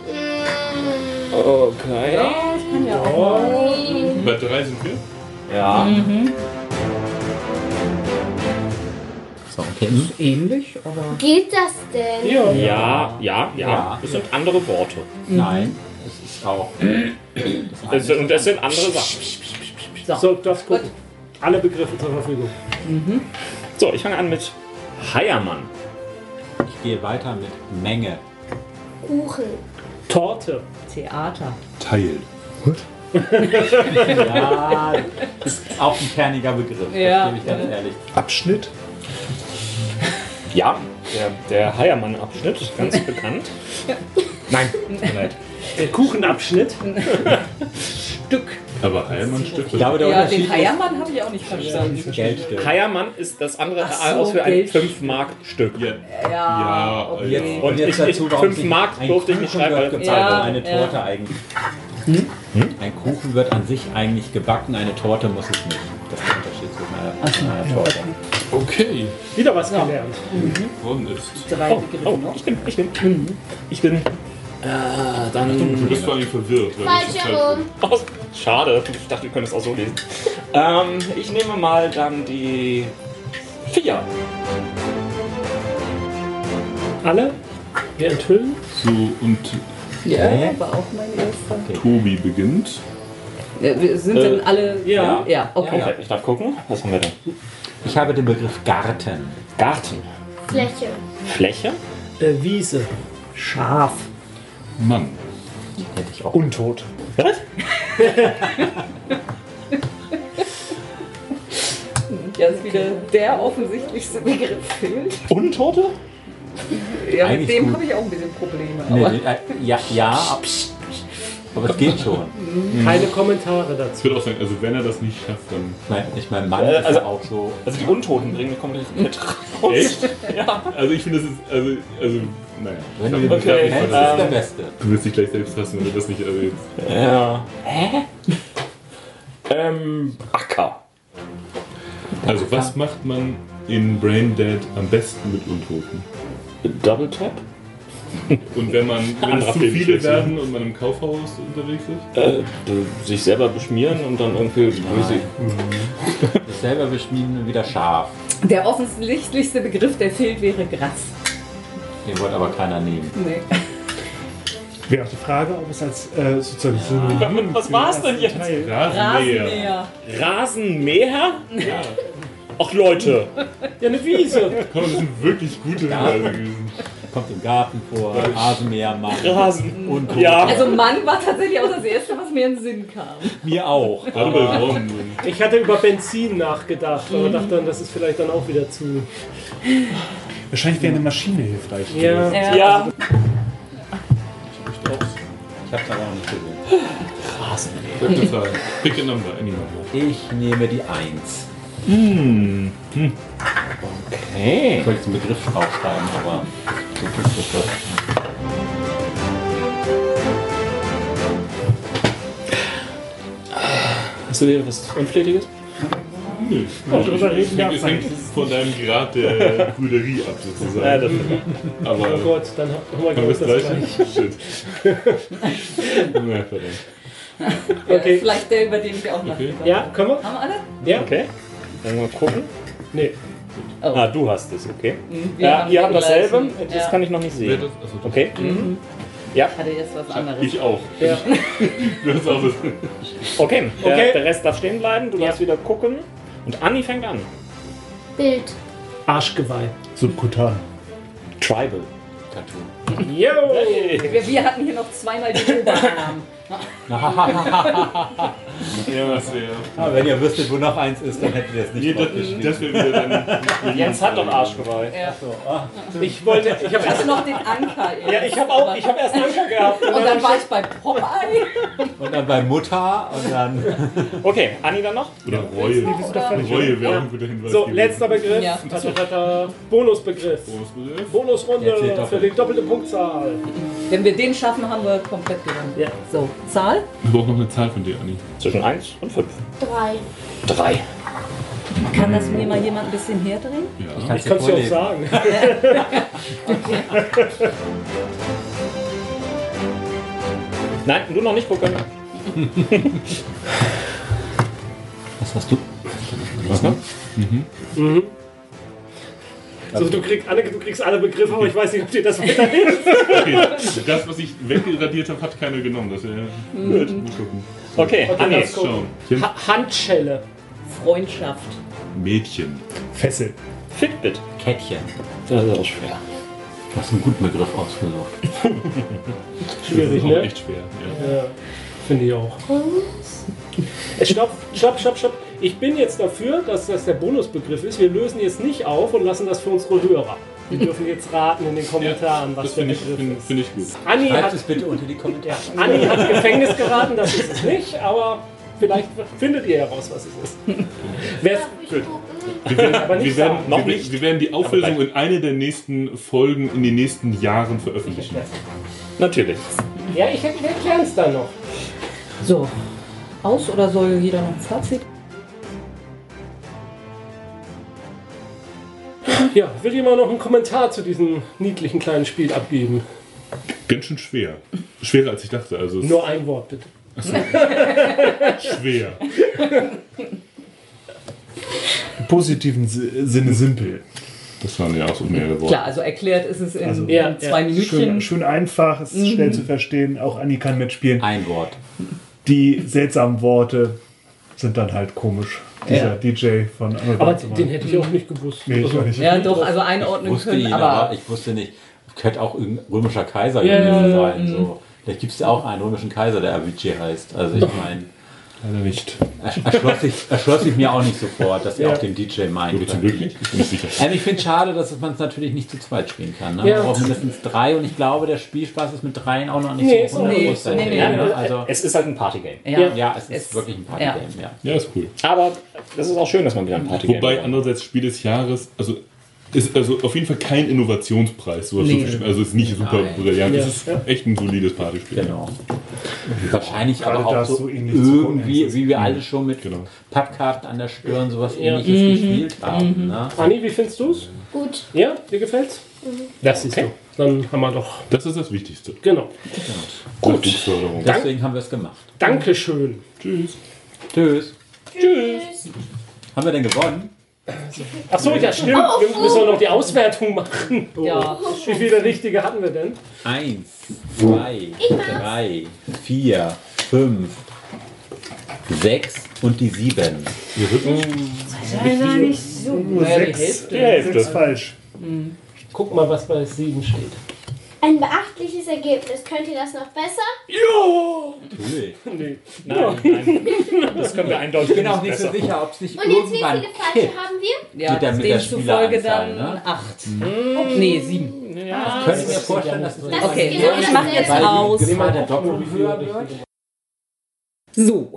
[SPEAKER 5] Okay.
[SPEAKER 1] Ja, ich kann ja auch.
[SPEAKER 8] Bei drei sind wir.
[SPEAKER 5] Ja.
[SPEAKER 4] So, okay. Hm.
[SPEAKER 1] Ähnlich, aber.
[SPEAKER 3] Gilt das denn?
[SPEAKER 6] Ja.
[SPEAKER 5] Ja, ja, ja.
[SPEAKER 4] Ja.
[SPEAKER 5] Das sind andere Worte.
[SPEAKER 4] Nein, es ist auch.
[SPEAKER 5] Das sind, und das sind andere Sachen.
[SPEAKER 6] So, du darfst gucken. Alle Begriffe zur Verfügung.
[SPEAKER 5] So, ich fange an mit Heiermann.
[SPEAKER 4] Ich gehe weiter mit Menge.
[SPEAKER 3] Kuchen.
[SPEAKER 6] Torte.
[SPEAKER 1] Theater.
[SPEAKER 8] Teil.
[SPEAKER 4] Ja, ist auch ein kerniger Begriff,
[SPEAKER 1] Ja.
[SPEAKER 4] das gebe ich ganz ehrlich.
[SPEAKER 7] Abschnitt.
[SPEAKER 5] Ja, der, der Heiermann-Abschnitt ist ganz bekannt. Nein, tut mir leid.
[SPEAKER 6] Der Kuchenabschnitt.
[SPEAKER 8] Aber Heilmann stimmt.
[SPEAKER 4] Ich glaube, der
[SPEAKER 1] Äh, Ja, den
[SPEAKER 4] Unterschied
[SPEAKER 1] Heiermann habe ich auch nicht verstanden.
[SPEAKER 4] ist Geldstück.
[SPEAKER 5] Heiermann ist das andere
[SPEAKER 1] Ach so,
[SPEAKER 5] aus für ein
[SPEAKER 1] Geld.
[SPEAKER 5] 5-Mark-Stück.
[SPEAKER 8] Ja.
[SPEAKER 1] Ja,
[SPEAKER 8] Ja,
[SPEAKER 1] okay.
[SPEAKER 4] Jetzt,
[SPEAKER 5] Und ich- ich-
[SPEAKER 4] warum
[SPEAKER 5] fünf
[SPEAKER 4] sich
[SPEAKER 5] Mark
[SPEAKER 4] ein
[SPEAKER 5] durfte ich nicht
[SPEAKER 4] Kuchen wird
[SPEAKER 5] schreiben, weil-
[SPEAKER 4] gezahlt,
[SPEAKER 1] Ja,
[SPEAKER 4] aber eine
[SPEAKER 1] ja.
[SPEAKER 4] Torte eigentlich. Hm? Ein Kuchen wird an sich eigentlich gebacken, eine Torte muss es nicht. Das ist der Unterschied zwischen einer, einer Torte.
[SPEAKER 8] Okay.
[SPEAKER 6] Wieder was gelernt.
[SPEAKER 8] Worden ist.
[SPEAKER 1] Drei Begriffe
[SPEAKER 5] Oh,
[SPEAKER 1] noch.
[SPEAKER 5] ich bin, ich bin, ich bin. Äh, dann.
[SPEAKER 8] Du bist vor allem verwirrt. weil das
[SPEAKER 3] Falsch
[SPEAKER 8] ist halt
[SPEAKER 3] herum.
[SPEAKER 5] Aus. Schade, ich dachte, wir können es auch so lesen. Ähm, ich nehme mal dann die. Vier.
[SPEAKER 6] Alle? Wir enthüllen.
[SPEAKER 8] So, und
[SPEAKER 1] Ja, war auch mein erster.
[SPEAKER 8] Tobi beginnt.
[SPEAKER 1] Ja, wir sind denn alle.
[SPEAKER 6] Ja.
[SPEAKER 1] Ja, okay.
[SPEAKER 5] Okay, ich Oh, darf gucken. Was haben wir denn?
[SPEAKER 4] Ich habe den Begriff Garten.
[SPEAKER 5] Garten.
[SPEAKER 3] Fläche.
[SPEAKER 5] Fläche.
[SPEAKER 6] Äh, Wiese.
[SPEAKER 1] Scharf.
[SPEAKER 8] Mann.
[SPEAKER 4] Hätte ich auch.
[SPEAKER 7] Untot.
[SPEAKER 1] Ja, ist wieder der offensichtlichste Begriff fehlt.
[SPEAKER 5] Untote?
[SPEAKER 1] Ja,
[SPEAKER 4] Eigentlich
[SPEAKER 1] mit dem
[SPEAKER 4] gut.
[SPEAKER 1] habe ich auch ein bisschen Probleme.
[SPEAKER 4] Nee,
[SPEAKER 1] Aber
[SPEAKER 4] den- äh, ja, ja, ab- aber es geht schon.
[SPEAKER 6] Keine Kommentare
[SPEAKER 8] Ich
[SPEAKER 6] dazu.
[SPEAKER 8] würde auch sagen, also wenn er das nicht schafft, dann.
[SPEAKER 4] Ich meine, ich mein, Mann
[SPEAKER 5] Äh,
[SPEAKER 4] ist
[SPEAKER 5] also-
[SPEAKER 4] ja auch so.
[SPEAKER 5] Also die Untoten bringen eine Komplett raus.
[SPEAKER 8] Echt?
[SPEAKER 5] Ja.
[SPEAKER 8] Also ich finde, das ist. Also, also naja.
[SPEAKER 4] Wenn du
[SPEAKER 8] Ich
[SPEAKER 4] ihn
[SPEAKER 8] glaub, ich
[SPEAKER 5] Okay, ähm,
[SPEAKER 8] glaub, ich
[SPEAKER 4] kennst, ist
[SPEAKER 8] war das-
[SPEAKER 4] es der Beste.
[SPEAKER 8] Du wirst dich gleich selbst hassen, wenn du das nicht also erwähnst.
[SPEAKER 5] Ja. Hä? ähm, Acker.
[SPEAKER 8] Also, was macht man in Brain Dead am besten mit Untoten?
[SPEAKER 5] Double Tap?
[SPEAKER 8] Und wenn man wenn
[SPEAKER 5] Alles
[SPEAKER 8] es zu
[SPEAKER 5] abheben,
[SPEAKER 8] viele
[SPEAKER 5] schlecht,
[SPEAKER 8] werden und man im Kaufhaus unterwegs ist?
[SPEAKER 5] Äh, sich selber beschmieren und dann irgendwie. Weiß ich.
[SPEAKER 4] Ich selber beschmieden wieder scharf.
[SPEAKER 1] der offensichtlichste Begriff, der fehlt, wäre Gras.
[SPEAKER 4] Den wollte aber keiner nehmen.
[SPEAKER 1] Nee.
[SPEAKER 7] Wäre auch die Frage, ob es als äh, sozusagen Synonym
[SPEAKER 5] Was
[SPEAKER 7] für
[SPEAKER 5] war's denn
[SPEAKER 7] ersten
[SPEAKER 5] jetzt?
[SPEAKER 7] Teil-
[SPEAKER 8] Rasenmäher.
[SPEAKER 1] Rasenmäher.
[SPEAKER 5] Rasenmäher? Ach Leute.
[SPEAKER 6] Ja, eine Wiese.
[SPEAKER 8] Komm, das sind wirklich gute Hinweise gewesen.
[SPEAKER 4] Kommt im Garten vor, Rasenmäher, Mann.
[SPEAKER 5] Rasen.
[SPEAKER 4] Und
[SPEAKER 5] Ja.
[SPEAKER 1] Also Mann war tatsächlich auch das Erste, was mir in den Sinn kam.
[SPEAKER 4] mir auch.
[SPEAKER 8] Gerade bei Raum.
[SPEAKER 6] Ich hatte über Benzin nachgedacht, aber dachte dann, das ist vielleicht dann auch wieder zu.
[SPEAKER 7] Wahrscheinlich wäre eine Maschine hilfreich. gewesen.
[SPEAKER 1] Ja.
[SPEAKER 5] Ja.
[SPEAKER 4] Ich hab's aber noch nicht gesehen.
[SPEAKER 8] Total. Pick a number, any number.
[SPEAKER 4] Ich nehme die 1.
[SPEAKER 5] Hey.
[SPEAKER 4] Ich wollte jetzt einen Begriff aufschreiben, aber. so gibt's das doch.
[SPEAKER 5] Hast du wieder was Unflätiges?
[SPEAKER 8] Nicht.
[SPEAKER 7] drüber
[SPEAKER 8] Es
[SPEAKER 7] reden
[SPEAKER 8] hängt-
[SPEAKER 7] darf
[SPEAKER 8] es
[SPEAKER 7] man
[SPEAKER 8] hängt von deinem Grad der Prüderie ab, sozusagen.
[SPEAKER 5] das
[SPEAKER 8] Aber
[SPEAKER 6] Oh Gott, dann hab- haben wir
[SPEAKER 8] haben wir
[SPEAKER 6] gleich
[SPEAKER 8] das
[SPEAKER 6] das
[SPEAKER 8] gleich?
[SPEAKER 6] gleich.
[SPEAKER 8] Shit. Na, verdammt.
[SPEAKER 6] Okay.
[SPEAKER 1] Vielleicht der, über den ich auch nachgedacht habe.
[SPEAKER 6] Ja, können wir?
[SPEAKER 1] Haben wir alle?
[SPEAKER 6] Ja?
[SPEAKER 5] Okay. Dann mal gucken.
[SPEAKER 6] Nee.
[SPEAKER 1] Oh.
[SPEAKER 5] Ah, du hast es, okay.
[SPEAKER 1] Mhm, wir
[SPEAKER 5] Ja, ihr habt
[SPEAKER 1] den gleichen.
[SPEAKER 5] dasselbe, das
[SPEAKER 1] Ja.
[SPEAKER 5] kann ich noch nicht
[SPEAKER 8] Wer
[SPEAKER 5] sehen.
[SPEAKER 8] das- achso, das-
[SPEAKER 5] Okay.
[SPEAKER 1] hatte jetzt was anderes.
[SPEAKER 8] Ich auch.
[SPEAKER 6] Ja.
[SPEAKER 8] Du hast auch was.
[SPEAKER 5] Okay, der,
[SPEAKER 6] Okay.
[SPEAKER 5] der Rest darf stehen bleiben, du darfst wieder gucken. Und Anni fängt an.
[SPEAKER 3] Bild.
[SPEAKER 6] Arschgeweih.
[SPEAKER 7] Subkutan.
[SPEAKER 5] Tribal.
[SPEAKER 4] Tattoo.
[SPEAKER 6] Yo!
[SPEAKER 1] wir, wir hatten hier noch zweimal die Oberarm.
[SPEAKER 8] Ja, das wäre.
[SPEAKER 4] Ah, wenn ihr wüsstet, wo noch eins ist, dann hättet ihr es
[SPEAKER 8] Nee,
[SPEAKER 4] nicht
[SPEAKER 8] das,
[SPEAKER 4] draufgeschrieben.
[SPEAKER 8] das wäre wieder dann.
[SPEAKER 5] Jens hat doch Arschgeweih.
[SPEAKER 1] ja.
[SPEAKER 6] Ich wollte, ich habe erst,
[SPEAKER 1] Hast Also noch den Anker. eben.
[SPEAKER 5] Ja, ich habe auch, ich habe erst Anker gehabt.
[SPEAKER 1] Und dann war ich bei Popeye.
[SPEAKER 4] Und dann bei Mutter und dann.
[SPEAKER 5] Okay, Anni dann noch?
[SPEAKER 8] Oder Reue. Reue wäre auch ein guter Hinweis.
[SPEAKER 6] so,
[SPEAKER 8] gewesen.
[SPEAKER 6] letzter Begriff.
[SPEAKER 1] Ja.
[SPEAKER 6] Tatatata. Bonusbegriff.
[SPEAKER 8] Großbegriff.
[SPEAKER 4] Jetzt
[SPEAKER 6] Bonusrunde
[SPEAKER 4] zählt
[SPEAKER 6] für
[SPEAKER 4] doppelt.
[SPEAKER 6] die doppelte Punktzahl.
[SPEAKER 1] Wenn wir den schaffen, haben wir komplett gewonnen.
[SPEAKER 6] Ja.
[SPEAKER 1] So, Zahl?
[SPEAKER 8] Wir brauchen noch eine Zahl von dir, Anni.
[SPEAKER 5] Zwischen 1 und 5.
[SPEAKER 3] Drei.
[SPEAKER 5] 3.
[SPEAKER 1] Kann das mir mal jemand ein bisschen herdrehen?
[SPEAKER 8] Ja.
[SPEAKER 4] Kannst
[SPEAKER 6] Ich kann es dir auch sagen.
[SPEAKER 5] Nein, du noch nicht gucken.
[SPEAKER 4] Was hast du?
[SPEAKER 6] So, Also du kriegst, Anneke, du kriegst alle Begriffe, aber ich weiß nicht, ob dir das weiter
[SPEAKER 8] Okay. Das, was ich wegradiert habe, hat keiner genommen. Das wäre blöd. Mal gucken.
[SPEAKER 5] Okay, Anni.
[SPEAKER 8] Jetzt schauen. Jens,
[SPEAKER 6] Ha Handschelle.
[SPEAKER 1] Freundschaft.
[SPEAKER 8] Mädchen.
[SPEAKER 7] Fessel.
[SPEAKER 5] Fitbit.
[SPEAKER 4] Kettchen.
[SPEAKER 5] Das ist auch schwer.
[SPEAKER 4] Du hast einen guten Begriff ausgesucht.
[SPEAKER 8] Das
[SPEAKER 6] Schwierig,
[SPEAKER 8] ist auch
[SPEAKER 6] ne?
[SPEAKER 8] echt schwer. Ja.
[SPEAKER 6] Ja, finde ich auch.
[SPEAKER 4] Hm?
[SPEAKER 6] Äh, Stopp, stopp, stopp, stopp. Ich bin jetzt dafür, dass das der Bonusbegriff ist. Wir lösen jetzt nicht auf und lassen das für unsere Hörer. Die dürfen jetzt raten in den Kommentaren, was
[SPEAKER 8] das
[SPEAKER 6] der
[SPEAKER 8] finde ich,
[SPEAKER 6] Begriff
[SPEAKER 8] find,
[SPEAKER 6] ist.
[SPEAKER 8] find ich gut.
[SPEAKER 6] Anni
[SPEAKER 4] Schreibt
[SPEAKER 6] hat,
[SPEAKER 4] es bitte unter die Kommentare.
[SPEAKER 6] Anni hat Gefängnis geraten, das ist es nicht, aber vielleicht findet ihr heraus, was es ist. Wer,
[SPEAKER 3] Ich gucken.
[SPEAKER 8] Wir werden,
[SPEAKER 6] Aber nicht
[SPEAKER 8] wir werden,
[SPEAKER 6] sagen.
[SPEAKER 5] Noch
[SPEAKER 8] wir, werden-
[SPEAKER 5] nicht.
[SPEAKER 8] wir werden die Auflösung in einer der nächsten Folgen in den nächsten Jahren veröffentlichen.
[SPEAKER 5] Natürlich.
[SPEAKER 6] ja, ich erkläre es dann noch.
[SPEAKER 1] So, aus oder soll jeder noch ein Fazit?
[SPEAKER 6] Ja, will jemand noch einen Kommentar zu diesem niedlichen kleinen Spiel abgeben?
[SPEAKER 8] Ganz schön schwer. Schwerer als ich dachte. Also es ist
[SPEAKER 6] Nur ein Wort bitte.
[SPEAKER 8] schwer.
[SPEAKER 7] Im positiven Si- Sinne simpel.
[SPEAKER 8] Das waren ja auch so mehrere Worte.
[SPEAKER 1] Klar, also erklärt ist es in
[SPEAKER 6] ja,
[SPEAKER 1] zwei
[SPEAKER 6] ja,
[SPEAKER 1] Minütchen.
[SPEAKER 7] Schön, schön einfach,
[SPEAKER 6] Mhm.
[SPEAKER 7] es ist schnell zu verstehen. Auch Anni kann mitspielen.
[SPEAKER 4] Ein Wort.
[SPEAKER 7] Die seltsamen Worte sind dann halt komisch. Dieser DJ von
[SPEAKER 6] Aber
[SPEAKER 7] Amazon.
[SPEAKER 6] den hätte ich auch nicht gewusst.
[SPEAKER 7] Nee, ich auch nicht.
[SPEAKER 1] Ja, doch, also einordnen
[SPEAKER 4] wusste
[SPEAKER 1] können,
[SPEAKER 4] ihn,
[SPEAKER 1] aber,
[SPEAKER 4] aber, ich wusste nicht, könnte auch irgendein römischer Kaiser
[SPEAKER 6] Ja,
[SPEAKER 4] gewesen
[SPEAKER 6] ja, ja,
[SPEAKER 4] sein. So. Vielleicht gibt es ja auch einen römischen Kaiser, der Avicii heißt. Also ich meine,
[SPEAKER 8] Leider nicht.
[SPEAKER 4] ersch- erschloss ich, erschloss ich mir auch nicht sofort, dass ihr auch den DJ meint.
[SPEAKER 8] Oder zum Glück nicht. Ich bin nicht sicher.
[SPEAKER 4] Ähm, ich finde es schade, dass man es natürlich nicht zu zweit spielen kann. Ne?
[SPEAKER 6] Ja.
[SPEAKER 4] Man braucht mindestens drei und ich glaube, der Spielspaß ist mit dreien auch noch nicht
[SPEAKER 6] Nee, ist
[SPEAKER 4] so
[SPEAKER 6] auch nicht
[SPEAKER 4] hundertprozentig.
[SPEAKER 1] so. Nee, nee,
[SPEAKER 4] ne?
[SPEAKER 1] nee.
[SPEAKER 4] Also,
[SPEAKER 5] Es ist halt ein Partygame.
[SPEAKER 1] ja,
[SPEAKER 4] ja, es ist
[SPEAKER 1] Es-
[SPEAKER 4] wirklich ein Partygame. Ja.
[SPEAKER 8] Ja, ist cool.
[SPEAKER 5] Aber das ist auch schön, dass man wieder ein Partygame
[SPEAKER 8] Wobei
[SPEAKER 5] hat.
[SPEAKER 8] andererseits Spiel des Jahres, also ist also auf jeden Fall kein Innovationspreis. Sowas
[SPEAKER 1] Nee.
[SPEAKER 8] zu spielen. Also ist nicht super
[SPEAKER 4] Nein.
[SPEAKER 8] brillant.
[SPEAKER 6] Ja.
[SPEAKER 8] Es ist echt ein solides Partyspiel.
[SPEAKER 4] Genau. Wahrscheinlich
[SPEAKER 7] Gerade
[SPEAKER 4] aber auch
[SPEAKER 7] das
[SPEAKER 4] so,
[SPEAKER 7] so ähnlich zu
[SPEAKER 4] irgendwie,
[SPEAKER 7] Konens.
[SPEAKER 4] wie wir alle schon mit
[SPEAKER 8] Genau.
[SPEAKER 4] Pappkarten an der Stirn sowas
[SPEAKER 6] Ja.
[SPEAKER 4] ähnliches gespielt haben. Ne?
[SPEAKER 6] Anni, wie findest du es?
[SPEAKER 3] Gut.
[SPEAKER 6] Ja, dir gefällt's? Das ist okay. so. Dann haben wir doch.
[SPEAKER 8] Das ist das Wichtigste.
[SPEAKER 6] Genau.
[SPEAKER 8] Gut. Förderung.
[SPEAKER 4] Deswegen haben wir es gemacht.
[SPEAKER 6] Dankeschön.
[SPEAKER 8] Tschüss.
[SPEAKER 4] Tschüss. Tschüss. Haben wir denn gewonnen?
[SPEAKER 6] Achso, ja, stimmt. Wir müssen noch die Auswertung machen. Oh.
[SPEAKER 1] Ja.
[SPEAKER 6] Wie viele richtige hatten wir denn?
[SPEAKER 4] Eins, zwei, drei, vier, fünf, sechs und die sieben.
[SPEAKER 1] Leider nicht so.
[SPEAKER 7] Nur sechs,
[SPEAKER 1] Hälfte.
[SPEAKER 7] sechs falsch.
[SPEAKER 6] Guck mal, was bei 7 steht.
[SPEAKER 3] Ein beachtliches Ergebnis. Könnt ihr das noch besser?
[SPEAKER 4] Natürlich.
[SPEAKER 6] Nee.
[SPEAKER 5] Nein, nein. Das können wir eindeutig
[SPEAKER 4] Ich bin auch
[SPEAKER 5] nicht
[SPEAKER 4] nicht so
[SPEAKER 5] besser.
[SPEAKER 4] sicher, ob es nicht
[SPEAKER 3] Und jetzt, wie
[SPEAKER 4] irgendwann
[SPEAKER 3] viele Falsche
[SPEAKER 4] kippt.
[SPEAKER 3] haben wir?
[SPEAKER 1] Ja,
[SPEAKER 4] Mit der- mit der
[SPEAKER 1] demzufolge
[SPEAKER 4] Spieleranzahl,
[SPEAKER 1] dann
[SPEAKER 4] ne?
[SPEAKER 1] acht. Nee, sieben.
[SPEAKER 4] Könnte ich mir vorstellen, dass
[SPEAKER 3] Das
[SPEAKER 1] Okay,
[SPEAKER 3] ist genau
[SPEAKER 1] ich mach jetzt
[SPEAKER 3] dasselbe.
[SPEAKER 1] aus.
[SPEAKER 4] die Gefahr der Doppelung höher wird.
[SPEAKER 1] So,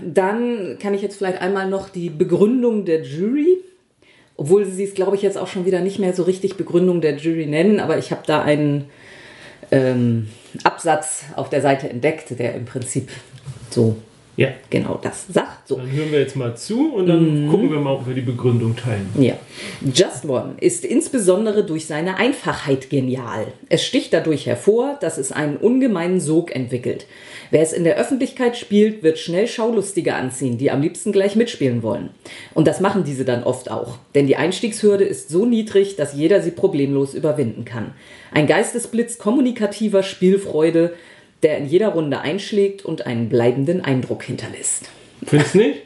[SPEAKER 1] dann kann ich jetzt vielleicht einmal noch die Begründung der Jury, obwohl sie es, glaube ich, jetzt auch schon wieder nicht mehr so richtig Begründung der Jury nennen, aber ich habe da einen ähm, Absatz auf der Seite entdeckt, der im Prinzip so
[SPEAKER 2] Ja.
[SPEAKER 1] Genau das sagt so.
[SPEAKER 2] Dann hören wir jetzt mal zu und
[SPEAKER 4] Mhm.
[SPEAKER 2] dann gucken wir mal, ob wir die Begründung teilen.
[SPEAKER 1] Ja. Just One ist insbesondere durch seine Einfachheit genial. Es sticht dadurch hervor, dass es einen ungemeinen Sog entwickelt. Wer es in der Öffentlichkeit spielt, wird schnell Schaulustige anziehen, die am liebsten gleich mitspielen wollen. Und das machen diese dann oft auch, denn die Einstiegshürde ist so niedrig, dass jeder sie problemlos überwinden kann. Ein Geistesblitz kommunikativer Spielfreude, der in jeder Runde einschlägt und einen bleibenden Eindruck hinterlässt.
[SPEAKER 2] Findest nicht?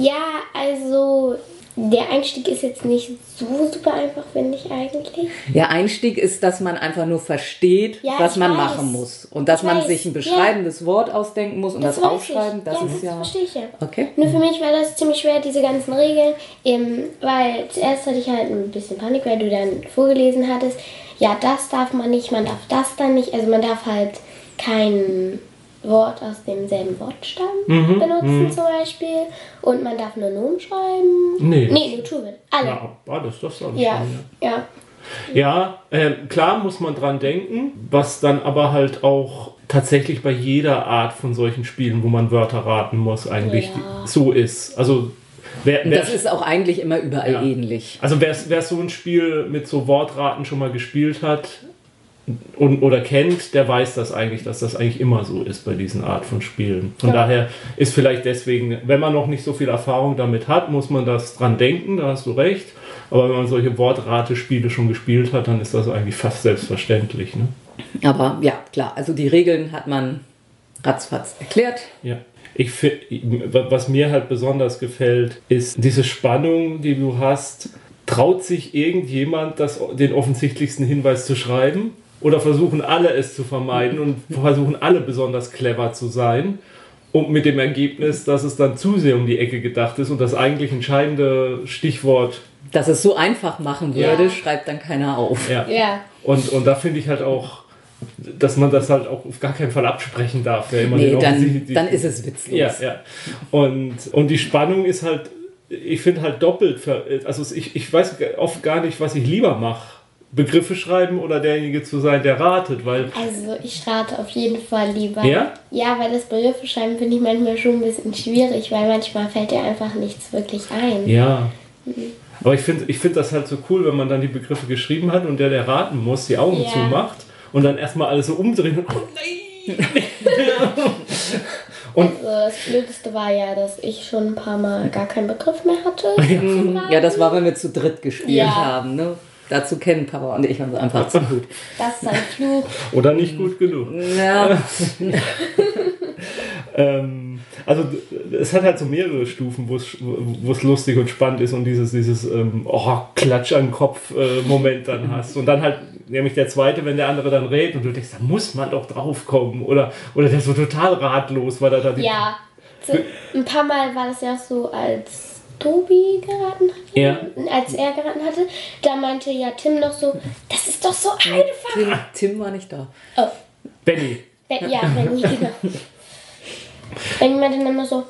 [SPEAKER 3] Ja, also der Einstieg ist jetzt nicht so super einfach, finde ich eigentlich.
[SPEAKER 1] Der Einstieg ist, dass man einfach nur versteht,
[SPEAKER 3] Ja,
[SPEAKER 1] was
[SPEAKER 3] ich
[SPEAKER 1] man
[SPEAKER 3] weiß.
[SPEAKER 1] machen muss. Und dass
[SPEAKER 3] Ich
[SPEAKER 1] man
[SPEAKER 3] weiß,
[SPEAKER 1] sich ein
[SPEAKER 3] ja.
[SPEAKER 1] beschreibendes Wort ausdenken muss und das,
[SPEAKER 3] weiß
[SPEAKER 1] aufschreiben,
[SPEAKER 3] ich.
[SPEAKER 1] das
[SPEAKER 3] ja,
[SPEAKER 1] ist
[SPEAKER 3] das
[SPEAKER 1] ja.
[SPEAKER 3] verstehe ich ja.
[SPEAKER 1] Okay.
[SPEAKER 3] Nur für mich war das ziemlich schwer, diese ganzen Regeln, eben, weil zuerst hatte ich halt ein bisschen Panik, weil du dann vorgelesen hattest, ja, das darf man nicht, man darf das dann nicht, also man darf halt kein Wort aus demselben Wortstamm benutzen zum Beispiel und man darf nur Nomen schreiben.
[SPEAKER 2] Nee.
[SPEAKER 3] Nee, Naturwörter. Alle.
[SPEAKER 2] Ja, war Ah, das das dann
[SPEAKER 3] Ja,
[SPEAKER 2] schon, ja.
[SPEAKER 3] ja.
[SPEAKER 2] Ja, ähm, klar muss man dran denken, was dann aber halt auch tatsächlich bei jeder Art von solchen Spielen, wo man Wörter raten muss, eigentlich
[SPEAKER 3] Ja.
[SPEAKER 2] so ist. Also wer,
[SPEAKER 1] Und
[SPEAKER 2] wer,
[SPEAKER 1] das ist auch eigentlich immer überall
[SPEAKER 2] Ja.
[SPEAKER 1] ähnlich.
[SPEAKER 2] also wer, wer so ein Spiel mit so Wortraten schon mal gespielt hat und, oder kennt, der weiß das eigentlich, dass das eigentlich immer so ist bei diesen Art von Spielen. Von daher ist vielleicht deswegen, wenn man noch nicht so viel Erfahrung damit hat, muss man das dran denken, da hast du recht. Aber wenn man solche Wortratespiele schon gespielt hat, dann ist das eigentlich fast selbstverständlich. Ne?
[SPEAKER 1] Aber ja, klar, also die Regeln hat man ratzfatz erklärt.
[SPEAKER 2] Ja. Ich fi- was mir halt besonders gefällt, ist diese Spannung, die du hast. Traut sich irgendjemand, das, den offensichtlichsten Hinweis zu schreiben? Oder versuchen alle es zu vermeiden und versuchen alle besonders clever zu sein? Und mit dem Ergebnis, dass es dann zu sehr um die Ecke gedacht ist und das eigentlich entscheidende Stichwort.
[SPEAKER 1] Dass es so einfach machen würde, schreibt dann keiner auf.
[SPEAKER 2] Ja.
[SPEAKER 3] Ja.
[SPEAKER 2] Und, und da finde ich halt auch, dass man das halt auch auf gar keinen Fall absprechen darf. Wer immer
[SPEAKER 1] Nee,
[SPEAKER 2] den
[SPEAKER 1] dann,
[SPEAKER 2] offensichtlichen-
[SPEAKER 1] dann ist es witzlos.
[SPEAKER 2] Ja, ja. Und, und die Spannung ist halt, ich finde halt doppelt, ver- also es- ich, ich weiß g- oft gar nicht, was ich lieber mache. Begriffe schreiben oder derjenige zu sein, der ratet, weil
[SPEAKER 3] Also ich rate auf jeden Fall lieber.
[SPEAKER 2] Ja?
[SPEAKER 3] Ja, weil das Begriffe schreiben finde ich manchmal schon ein bisschen schwierig, weil manchmal fällt dir einfach nichts wirklich ein.
[SPEAKER 2] ja. Aber ich finde ich find das halt so cool, wenn man dann die Begriffe geschrieben hat und der, der raten muss, die Augen
[SPEAKER 3] Ja.
[SPEAKER 2] zumacht und dann erstmal alles so umdrehen und, oh nein! und
[SPEAKER 3] Also das Blödeste war ja, dass ich schon ein paar Mal gar keinen Begriff mehr hatte.
[SPEAKER 1] Ja, das war, wenn wir zu dritt gespielt
[SPEAKER 3] Ja.
[SPEAKER 1] haben. Ne? Dazu kennen Papa und ich uns einfach zu gut.
[SPEAKER 3] Das ist ein Fluch.
[SPEAKER 2] Oder nicht gut genug.
[SPEAKER 1] Ja,
[SPEAKER 2] Ähm, also d- es hat halt so mehrere Stufen, wo es- wo es lustig und spannend ist und dieses, dieses ähm, oh, Klatsch an den Kopf äh, Moment dann hast. Und dann halt nämlich der zweite, wenn der andere dann redet und du denkst, da muss man doch draufkommen. Oder, oder der ist so total ratlos, weil er da die...
[SPEAKER 3] Ja. Zu- Ein paar Mal war das ja auch so, als Tobi geraten hat.
[SPEAKER 2] Ja.
[SPEAKER 3] Als er geraten hatte, da meinte ja Tim noch so, das ist doch so einfach.
[SPEAKER 1] Tim, Tim war nicht da.
[SPEAKER 3] Oh,
[SPEAKER 2] Benny.
[SPEAKER 3] Wenn- Ja, wenn ich genau. Wenn jemand dann immer so,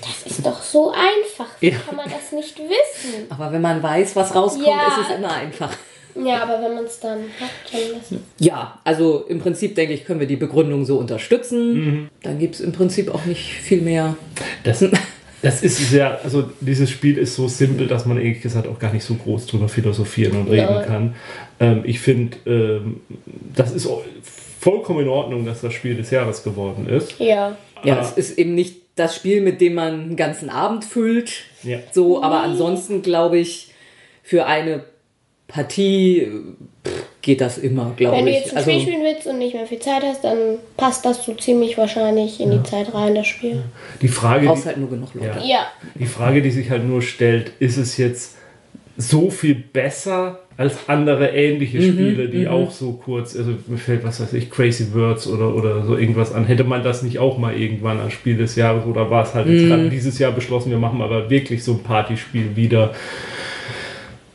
[SPEAKER 3] das ist doch so einfach, wie kann man das nicht wissen?
[SPEAKER 1] Aber wenn man weiß, was rauskommt,
[SPEAKER 3] Ja.
[SPEAKER 1] ist es immer einfach.
[SPEAKER 3] Ja, aber wenn man es dann hat, dann ist
[SPEAKER 1] Ja, also im Prinzip denke ich, können wir die Begründung so unterstützen.
[SPEAKER 2] Mhm.
[SPEAKER 1] Dann gibt es im Prinzip auch nicht viel mehr.
[SPEAKER 2] Das, das ist sehr, also dieses Spiel ist so simpel, dass man ehrlich gesagt auch gar nicht so groß drüber philosophieren und reden
[SPEAKER 3] Nein.
[SPEAKER 2] kann. Ähm, ich finde, ähm, das ist o- vollkommen in Ordnung, dass das Spiel des Jahres geworden ist.
[SPEAKER 3] ja.
[SPEAKER 1] Ja,
[SPEAKER 2] Ah.
[SPEAKER 1] es ist eben nicht das Spiel, mit dem man einen ganzen Abend füllt.
[SPEAKER 2] Ja.
[SPEAKER 1] So, aber ansonsten glaube ich, für eine Partie äh, pff, geht das immer,
[SPEAKER 3] Wenn
[SPEAKER 1] glaube
[SPEAKER 3] du jetzt
[SPEAKER 1] ich.
[SPEAKER 3] ein
[SPEAKER 1] Also,
[SPEAKER 3] Spiel spielen willst und nicht mehr viel Zeit hast, dann passt das so ziemlich wahrscheinlich in die Zeit rein, das Spiel.
[SPEAKER 2] Die Frage,
[SPEAKER 1] brauchst
[SPEAKER 2] die,
[SPEAKER 1] halt nur genug Leute.
[SPEAKER 2] Ja.
[SPEAKER 3] Ja.
[SPEAKER 2] die Frage, die sich halt nur stellt, ist es jetzt so viel besser als andere ähnliche Spiele, die auch so kurz, also mir fällt, was weiß ich, Crazy Words oder, oder so irgendwas an. Hätte man das nicht auch mal irgendwann als Spiel des Jahres oder war es halt jetzt gerade dieses Jahr beschlossen, wir machen aber wirklich so ein Partyspiel wieder.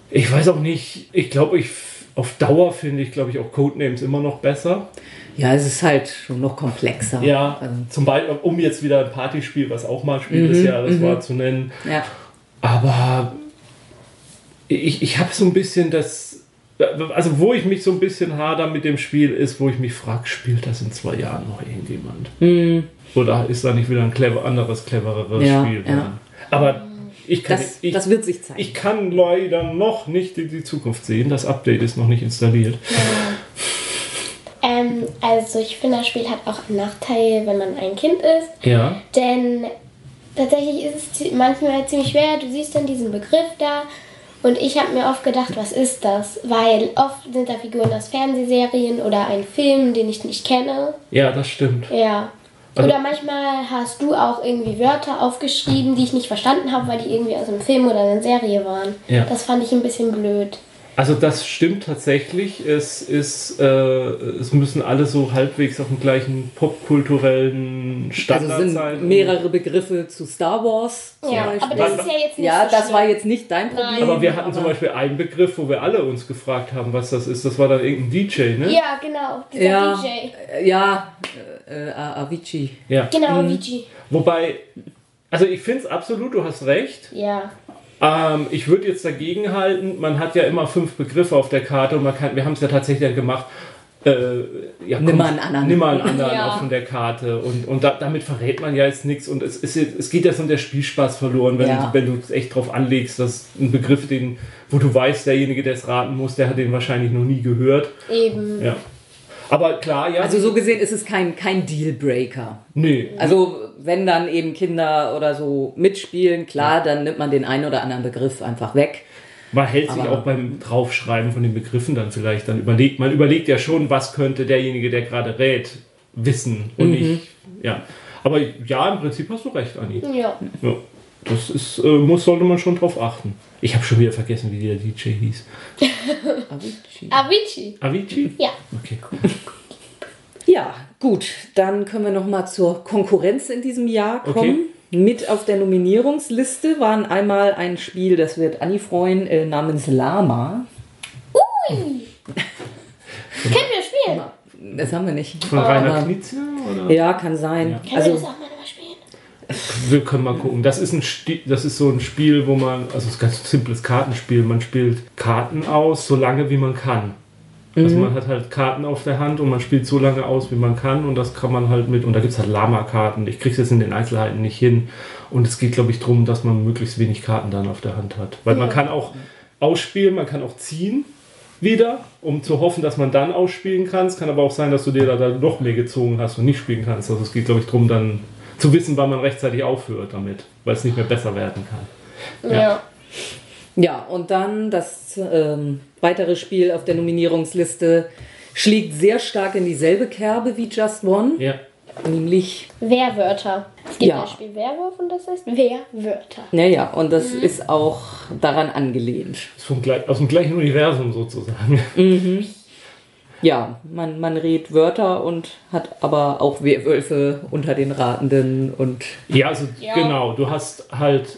[SPEAKER 2] Ich weiß auch nicht, ich glaube, ich auf Dauer finde ich, glaube ich, auch Codenames immer noch besser.
[SPEAKER 1] Ja, es ist halt schon noch komplexer.
[SPEAKER 2] Ja,
[SPEAKER 1] Also,
[SPEAKER 2] zum Beispiel, um jetzt wieder ein Partyspiel, was auch mal Spiel des Jahres war, zu nennen.
[SPEAKER 1] ja.
[SPEAKER 2] Aber ich, ich habe so ein bisschen das Also, wo ich mich so ein bisschen hader mit dem Spiel ist, wo ich mich frage, spielt das in zwei Jahren noch irgendjemand? Oder ist da nicht wieder ein clever, anderes, clevereres
[SPEAKER 1] Hm. Ja,
[SPEAKER 2] Spiel?
[SPEAKER 1] ja.
[SPEAKER 2] Aber ich kann,
[SPEAKER 1] Das,
[SPEAKER 2] ich,
[SPEAKER 1] das wird sich zeigen.
[SPEAKER 2] ich kann leider noch nicht in die Zukunft sehen. Das Update ist noch nicht installiert.
[SPEAKER 3] Ähm, also ich finde, das Spiel hat auch einen Nachteil, wenn man ein Kind ist.
[SPEAKER 2] Ja.
[SPEAKER 3] Denn tatsächlich ist es zi- manchmal halt ziemlich schwer. Du siehst dann diesen Begriff da. Und ich habe mir oft gedacht, was ist das? Weil oft sind da Figuren aus Fernsehserien oder einen Film, den ich nicht kenne.
[SPEAKER 2] Ja, das stimmt.
[SPEAKER 3] Ja.
[SPEAKER 2] Also-
[SPEAKER 3] oder manchmal hast du auch irgendwie Wörter aufgeschrieben, die ich nicht verstanden habe, weil die irgendwie aus einem Film oder einer Serie waren.
[SPEAKER 2] Ja.
[SPEAKER 3] Das fand ich ein bisschen blöd.
[SPEAKER 2] Also das stimmt tatsächlich. Es ist, äh, es müssen alle so halbwegs auf dem gleichen popkulturellen
[SPEAKER 1] also
[SPEAKER 2] Standard
[SPEAKER 1] es
[SPEAKER 2] sein.
[SPEAKER 1] sind mehrere Begriffe zu Star Wars zum
[SPEAKER 3] Ja,
[SPEAKER 1] Beispiel.
[SPEAKER 3] aber das ist ja jetzt nicht
[SPEAKER 1] ja,
[SPEAKER 3] so
[SPEAKER 1] das
[SPEAKER 3] schlimm.
[SPEAKER 1] war jetzt nicht dein Problem.
[SPEAKER 2] aber wir hatten zum Beispiel einen Begriff, wo wir alle uns gefragt haben, was das ist. Das war dann irgendein DJ, ne?
[SPEAKER 3] Ja, genau. Dieser
[SPEAKER 1] Ja.
[SPEAKER 3] DJ.
[SPEAKER 1] Ja, äh, äh, Avicii.
[SPEAKER 2] Ja.
[SPEAKER 1] Mhm.
[SPEAKER 3] Genau, VG.
[SPEAKER 2] Wobei, also ich finde es absolut, du hast recht.
[SPEAKER 3] Ja.
[SPEAKER 2] Ähm, ich würde jetzt dagegen halten, man hat ja immer fünf Begriffe auf der Karte und man kann, wir haben es ja tatsächlich gemacht. Äh, ja,
[SPEAKER 1] Nimm mal einen anderen.
[SPEAKER 2] Nimm mal einen anderen
[SPEAKER 3] Ja.
[SPEAKER 2] auf von der Karte und, und da, damit verrät man ja jetzt nichts und es, ist, jetzt- es geht ja schon der Spielspaß verloren, wenn,
[SPEAKER 1] Ja.
[SPEAKER 2] du, wenn du es echt drauf anlegst, dass ein Begriff, den, wo du weißt, derjenige, der es raten muss, der hat den wahrscheinlich noch nie gehört.
[SPEAKER 3] Eben.
[SPEAKER 2] Ja. Aber klar, ja.
[SPEAKER 1] Also so gesehen ist es kein, kein Dealbreaker.
[SPEAKER 2] nee.
[SPEAKER 1] Also wenn dann eben Kinder oder so mitspielen, klar, dann nimmt man den einen oder anderen Begriff einfach weg.
[SPEAKER 2] Man hält sich
[SPEAKER 1] Aber-
[SPEAKER 2] auch beim Draufschreiben von den Begriffen dann vielleicht dann überlegt. Man überlegt ja schon, was könnte derjenige, der gerade rät, wissen und nicht. Ja. Aber ja, im Prinzip hast du recht, Anni.
[SPEAKER 3] Ja.
[SPEAKER 2] Ja. Das ist, äh, muss, sollte man schon drauf achten. Ich habe schon wieder vergessen, wie der DJ hieß.
[SPEAKER 1] Avicii.
[SPEAKER 3] Avicii.
[SPEAKER 2] Avicii?
[SPEAKER 3] Ja.
[SPEAKER 2] Okay.
[SPEAKER 1] Ja, gut, dann können wir noch mal zur Konkurrenz in diesem Jahr
[SPEAKER 2] Okay.
[SPEAKER 1] kommen. Mit auf der Nominierungsliste waren einmal ein Spiel, das wird Anni freuen, äh, namens Lama.
[SPEAKER 2] Mhm.
[SPEAKER 3] Können wir spielen?
[SPEAKER 1] Das haben wir nicht.
[SPEAKER 2] Von Rainer
[SPEAKER 1] Aber-
[SPEAKER 2] Knizia? Oder?
[SPEAKER 1] Ja, kann sein.
[SPEAKER 3] Können wir das
[SPEAKER 1] Also
[SPEAKER 3] auch mal nochmal spielen?
[SPEAKER 2] Wir können mal gucken. Das ist, ein Sti das ist so ein Spiel, wo man, also es ist ein ganz simples Kartenspiel. Man spielt Karten aus, so lange wie man kann. Also man hat halt Karten auf der Hand und man spielt so lange aus, wie man kann. Und das kann man halt mit, und da gibt es halt Lama-Karten. Ich krieg's jetzt in den Einzelheiten nicht hin. Und es geht, glaube ich, darum, dass man möglichst wenig Karten dann auf der Hand hat. Weil man kann auch ausspielen, man kann auch ziehen wieder, um zu hoffen, dass man dann ausspielen kann. Es kann aber auch sein, dass du dir da dann noch mehr gezogen hast und nicht spielen kannst. Also es geht, glaube ich, darum, dann zu wissen, wann man rechtzeitig aufhört damit, weil es nicht mehr besser werden kann. Ja.
[SPEAKER 1] ja, und dann das ähm, weitere Spiel auf der Nominierungsliste schlägt sehr stark in dieselbe Kerbe wie Just One,
[SPEAKER 2] Ja.
[SPEAKER 1] nämlich
[SPEAKER 3] Werwörter. Es gibt
[SPEAKER 1] Ja.
[SPEAKER 3] ein Spiel Werwolf und das heißt Werwörter.
[SPEAKER 1] naja, und das ist auch daran angelehnt.
[SPEAKER 2] Ist vom gleich, aus dem gleichen Universum sozusagen.
[SPEAKER 1] Ja, man, man redet Wörter und hat aber auch Wölfe unter den Ratenden und
[SPEAKER 2] Ja, also
[SPEAKER 3] Ja.
[SPEAKER 2] genau, du hast halt,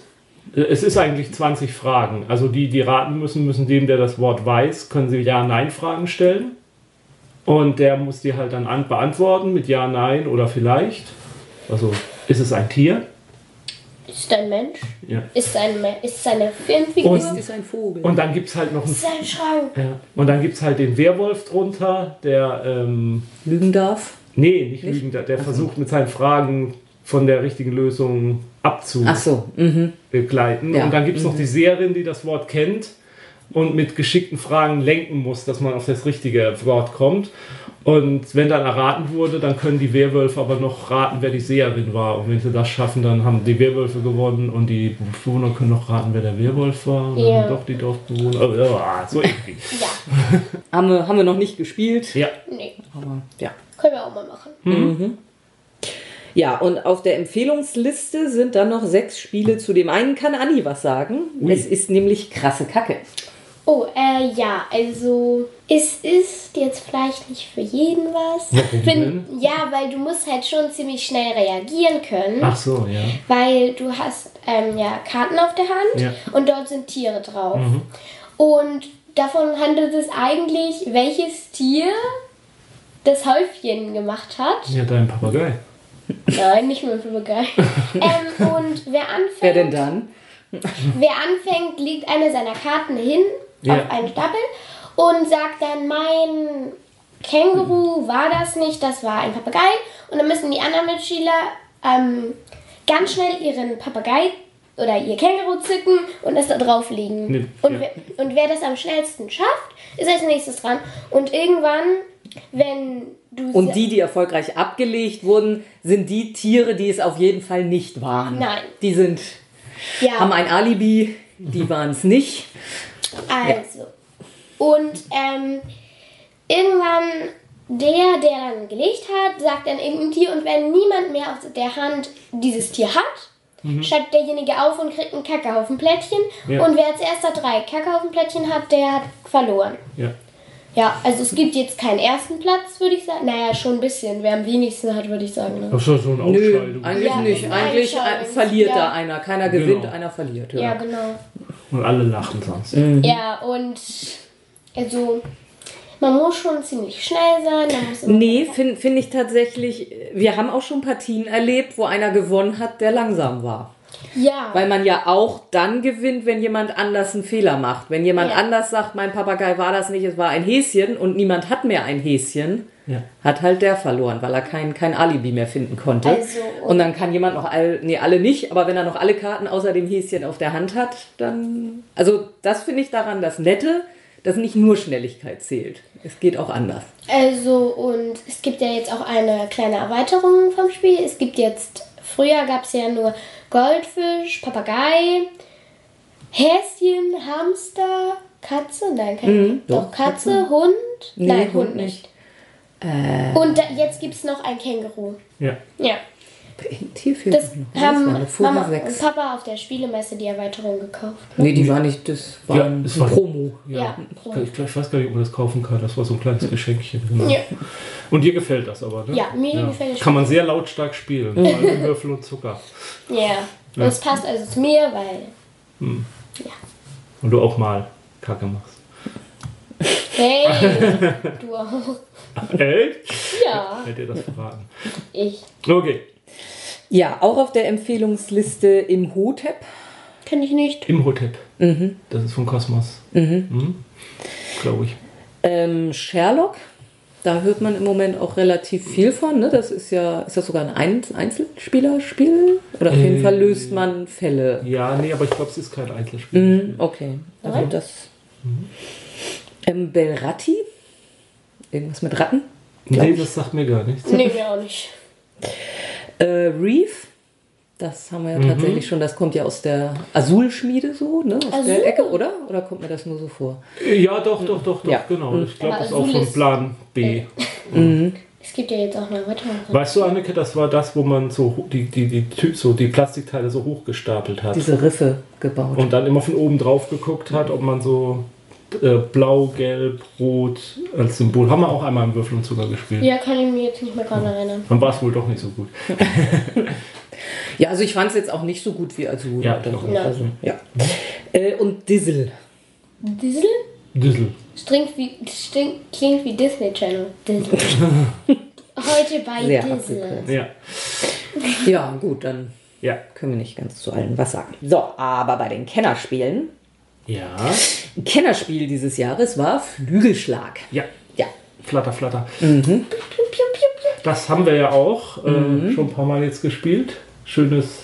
[SPEAKER 2] es ist eigentlich 20 Fragen. Also die, die raten müssen, müssen dem, der das Wort weiß, können sie Ja-Nein-Fragen stellen. Und der muss die halt dann an, beantworten mit Ja, Nein oder vielleicht. Also ist es ein Tier?
[SPEAKER 3] Ist es ein Mensch?
[SPEAKER 2] Ja.
[SPEAKER 3] Ist es ein Me- ist es eine Filmfigur?
[SPEAKER 2] Und-
[SPEAKER 3] ist
[SPEAKER 1] ist ein Vogel.
[SPEAKER 2] Und dann gibt es halt noch einen,
[SPEAKER 3] es ein Schrank?
[SPEAKER 2] ja. und dann gibt's halt den Werwolf drunter, der, ähm,
[SPEAKER 1] lügen darf.
[SPEAKER 2] nee, nicht, lügen, der, der versucht mit seinen Fragen von der richtigen Lösung abzu.
[SPEAKER 1] Ach so, mhm.
[SPEAKER 2] begleiten.
[SPEAKER 1] Ja. Mhm.
[SPEAKER 2] Und dann gibt es noch die Seherin, die das Wort kennt und mit geschickten Fragen lenken muss, dass man auf das richtige Wort kommt. Und wenn dann erraten wurde, dann können die Werwölfe aber noch raten, wer die Seherin war. Und wenn sie das schaffen, dann haben die Werwölfe gewonnen und die Bewohner können noch raten, wer der Werwolf war. Und dann
[SPEAKER 3] Ja.
[SPEAKER 2] haben doch die Dorfbewohner. Oh, ja, so irgendwie.
[SPEAKER 3] Ja.
[SPEAKER 1] Haben wir, haben wir noch nicht gespielt.
[SPEAKER 2] ja.
[SPEAKER 3] Nee.
[SPEAKER 1] Aber ja.
[SPEAKER 3] Können wir auch mal machen.
[SPEAKER 1] Ja, und auf der Empfehlungsliste sind dann noch sechs Spiele. Zu dem einen kann Anni was sagen. Es ist nämlich krasse Kacke.
[SPEAKER 3] Oh, äh, ja, also es ist jetzt vielleicht nicht für jeden was.
[SPEAKER 2] Warum
[SPEAKER 3] Bin, ja, weil du musst halt schon ziemlich schnell reagieren können.
[SPEAKER 2] Ach so, ja.
[SPEAKER 3] Weil du hast ähm, ja Karten auf der Hand
[SPEAKER 2] Ja. Mhm.
[SPEAKER 3] und dort sind Tiere drauf. Und davon handelt es eigentlich, welches Tier das Häufchen gemacht hat.
[SPEAKER 2] Ja, dein Papagei.
[SPEAKER 3] Nein, nicht mit dem Papagei. ähm, und wer anfängt,
[SPEAKER 1] Wer denn dann?
[SPEAKER 3] wer anfängt, legt eine seiner Karten hin
[SPEAKER 2] Ja.
[SPEAKER 3] auf einen Stapel und sagt dann, mein Känguru war das nicht, das war ein Papagei. Und dann müssen die anderen Mitschüler ähm, ganz schnell ihren Papagei oder ihr Känguru zücken und das da drauflegen.
[SPEAKER 2] Nee,
[SPEAKER 3] und,
[SPEAKER 2] ja.
[SPEAKER 3] wer, und wer das am schnellsten schafft, ist als nächstes dran. Und irgendwann, wenn du...
[SPEAKER 1] Und
[SPEAKER 3] se-
[SPEAKER 1] die, die erfolgreich abgelegt wurden, sind die Tiere, die es auf jeden Fall nicht waren.
[SPEAKER 3] Nein.
[SPEAKER 1] Die sind,
[SPEAKER 3] ja,
[SPEAKER 1] haben ein Alibi, die waren es nicht.
[SPEAKER 3] Also. Und ähm, irgendwann der, der dann gelegt hat, sagt dann irgendein Tier und wenn niemand mehr auf der Hand dieses Tier hat, schreibt derjenige auf und kriegt ein Kackerhaufenplättchen.
[SPEAKER 2] Mhm. Ja.
[SPEAKER 3] Und wer als erster drei Kackerhaufenplättchen hat, der hat verloren.
[SPEAKER 2] Ja.
[SPEAKER 3] Ja, also es gibt jetzt keinen ersten Platz, würde ich sagen. Naja, schon ein bisschen. Wer am wenigsten hat, würde ich sagen. Ne?
[SPEAKER 2] Das ist so eine
[SPEAKER 1] Nö,
[SPEAKER 2] Ausscheidung.
[SPEAKER 1] eigentlich
[SPEAKER 3] Ja,
[SPEAKER 1] nicht.
[SPEAKER 3] eine
[SPEAKER 1] Eigentlich äh,
[SPEAKER 3] Entscheidung.
[SPEAKER 1] verliert
[SPEAKER 3] Ja.
[SPEAKER 1] da einer. Keiner gewinnt,
[SPEAKER 2] Genau.
[SPEAKER 1] einer verliert.
[SPEAKER 3] Ja,
[SPEAKER 1] Ja.
[SPEAKER 3] genau.
[SPEAKER 2] Und alle lachen sonst.
[SPEAKER 3] Ja, und also man muss schon ziemlich schnell sein. Man muss immer-
[SPEAKER 1] Nee, finde find ich tatsächlich, wir haben auch schon Partien erlebt, wo einer gewonnen hat, der langsam war.
[SPEAKER 3] Ja.
[SPEAKER 1] Weil man ja auch dann gewinnt, wenn jemand anders einen Fehler macht. Wenn jemand
[SPEAKER 3] Ja.
[SPEAKER 1] anders sagt, mein Papagei war das nicht, es war ein Häschen und niemand hat mehr ein Häschen,
[SPEAKER 2] Ja.
[SPEAKER 1] hat halt der verloren, weil er kein, kein Alibi mehr finden konnte.
[SPEAKER 3] Also,
[SPEAKER 1] und dann kann jemand noch all, nee, alle nicht, aber wenn er noch alle Karten außer dem Häschen auf der Hand hat, dann. Also das finde ich daran das Nette, dass nicht nur Schnelligkeit zählt. Es geht auch anders.
[SPEAKER 3] Also, und es gibt ja jetzt auch eine kleine Erweiterung vom Spiel. Es gibt jetzt, früher gab es ja nur Goldfisch, Papagei, Häschen, Hamster, Katze, nein, keine doch,
[SPEAKER 1] Mhm, doch,
[SPEAKER 3] Katze, Hund,
[SPEAKER 1] Nee,
[SPEAKER 3] nein,
[SPEAKER 1] Hund Äh.
[SPEAKER 3] Hund nicht. Und da, jetzt gibt es noch ein Känguru.
[SPEAKER 2] Ja.
[SPEAKER 3] Ja,
[SPEAKER 1] Hier fehlt
[SPEAKER 3] das
[SPEAKER 1] noch. war
[SPEAKER 3] haben
[SPEAKER 1] eine Vorher
[SPEAKER 3] Mama äh, und
[SPEAKER 1] sechs.
[SPEAKER 3] Papa auf der Spielemesse die Erweiterung gekauft.
[SPEAKER 1] Nee, die war nicht, das war
[SPEAKER 2] Ja,
[SPEAKER 1] ein
[SPEAKER 2] es war-
[SPEAKER 1] Promo.
[SPEAKER 3] Ja,
[SPEAKER 2] Ich,
[SPEAKER 3] ja,
[SPEAKER 2] ich weiß gar nicht, ob man das kaufen kann. Das war so ein kleines Geschenkchen. Genau.
[SPEAKER 3] ja.
[SPEAKER 2] Und dir gefällt das aber, ne?
[SPEAKER 3] Ja, mir gefällt das
[SPEAKER 2] Kann man sehr lautstark spielen. Vor allem mit Würfel und Zucker.
[SPEAKER 3] Und es passt also zu mir, weil
[SPEAKER 2] Und du auch mal Kacke machst.
[SPEAKER 3] Hey, du auch.
[SPEAKER 2] Echt?
[SPEAKER 3] Ja,
[SPEAKER 2] Hätte ihr das verraten.
[SPEAKER 3] ich.
[SPEAKER 2] Okay.
[SPEAKER 1] Ja, auch auf der Empfehlungsliste im Hotep.
[SPEAKER 3] Kann ich nicht.
[SPEAKER 2] Im Hotep. Das ist von Kosmos. Mhm. Glaube ich.
[SPEAKER 1] Ähm, Sherlock, da hört man im Moment auch relativ viel von. Ne? Das ist ja, ist das sogar ein Ein- Einzelspielerspiel? Oder auf jeden Fall löst man Fälle.
[SPEAKER 2] Ja, nee, aber ich glaube, es ist kein Einzelspiel.
[SPEAKER 1] Mhm, Okay, also das. Ähm, Belratti, irgendwas mit Ratten. glaub
[SPEAKER 2] nee,
[SPEAKER 1] ich.
[SPEAKER 2] das sagt mir gar nichts.
[SPEAKER 3] Nee, mir auch nicht.
[SPEAKER 1] Äh, Reef, das haben wir ja tatsächlich schon. Das kommt ja aus der Asulschmiede so, ne? Aus
[SPEAKER 3] Azul?
[SPEAKER 1] der Ecke, oder? Oder kommt mir das nur so vor?
[SPEAKER 2] Ja, doch, doch, doch, doch,
[SPEAKER 1] Ja.
[SPEAKER 2] genau. Ich glaube,
[SPEAKER 3] Aber
[SPEAKER 2] das ist auch
[SPEAKER 3] Azul
[SPEAKER 2] von
[SPEAKER 3] ist- Äh.
[SPEAKER 2] Plan B.
[SPEAKER 3] Es gibt ja jetzt auch eine Erweiterung. von-
[SPEAKER 2] Weißt du, Anneke, das war das, wo man so ho- die, die, die, Ty- so die Plastikteile so hochgestapelt hat.
[SPEAKER 1] Diese Riffe gebaut.
[SPEAKER 2] Und dann immer von oben drauf geguckt hat, ob man so äh, blau, gelb, rot als Symbol. Haben wir auch einmal im Würfel und Zucker gespielt.
[SPEAKER 3] Ja, kann ich mir jetzt nicht mehr dran erinnern.
[SPEAKER 2] Dann war es wohl doch nicht so gut.
[SPEAKER 1] Ja, also ich fand es jetzt auch nicht so gut wie Azul.
[SPEAKER 2] Ja,
[SPEAKER 1] oder
[SPEAKER 2] ich auch
[SPEAKER 1] so.
[SPEAKER 2] nicht.
[SPEAKER 1] also, ja. Äh, und Dizzle.
[SPEAKER 3] Dizzle?
[SPEAKER 2] Düssel.
[SPEAKER 3] Es Klingt wie, es klingt- klingt wie Disney Channel. Dizzle. Heute bei
[SPEAKER 1] Sehr
[SPEAKER 3] Dizzle.
[SPEAKER 1] abgekürzt.
[SPEAKER 2] Ja.
[SPEAKER 1] Ja, gut, dann
[SPEAKER 2] Ja.
[SPEAKER 1] können wir nicht ganz zu allen was sagen. So, aber bei den Kennerspielen.
[SPEAKER 2] Ja.
[SPEAKER 1] Kennerspiel dieses Jahres war Flügelschlag.
[SPEAKER 2] Ja.
[SPEAKER 1] Ja.
[SPEAKER 2] Flatter, flatter. Das haben wir ja auch äh, schon ein paar Mal jetzt gespielt. Schönes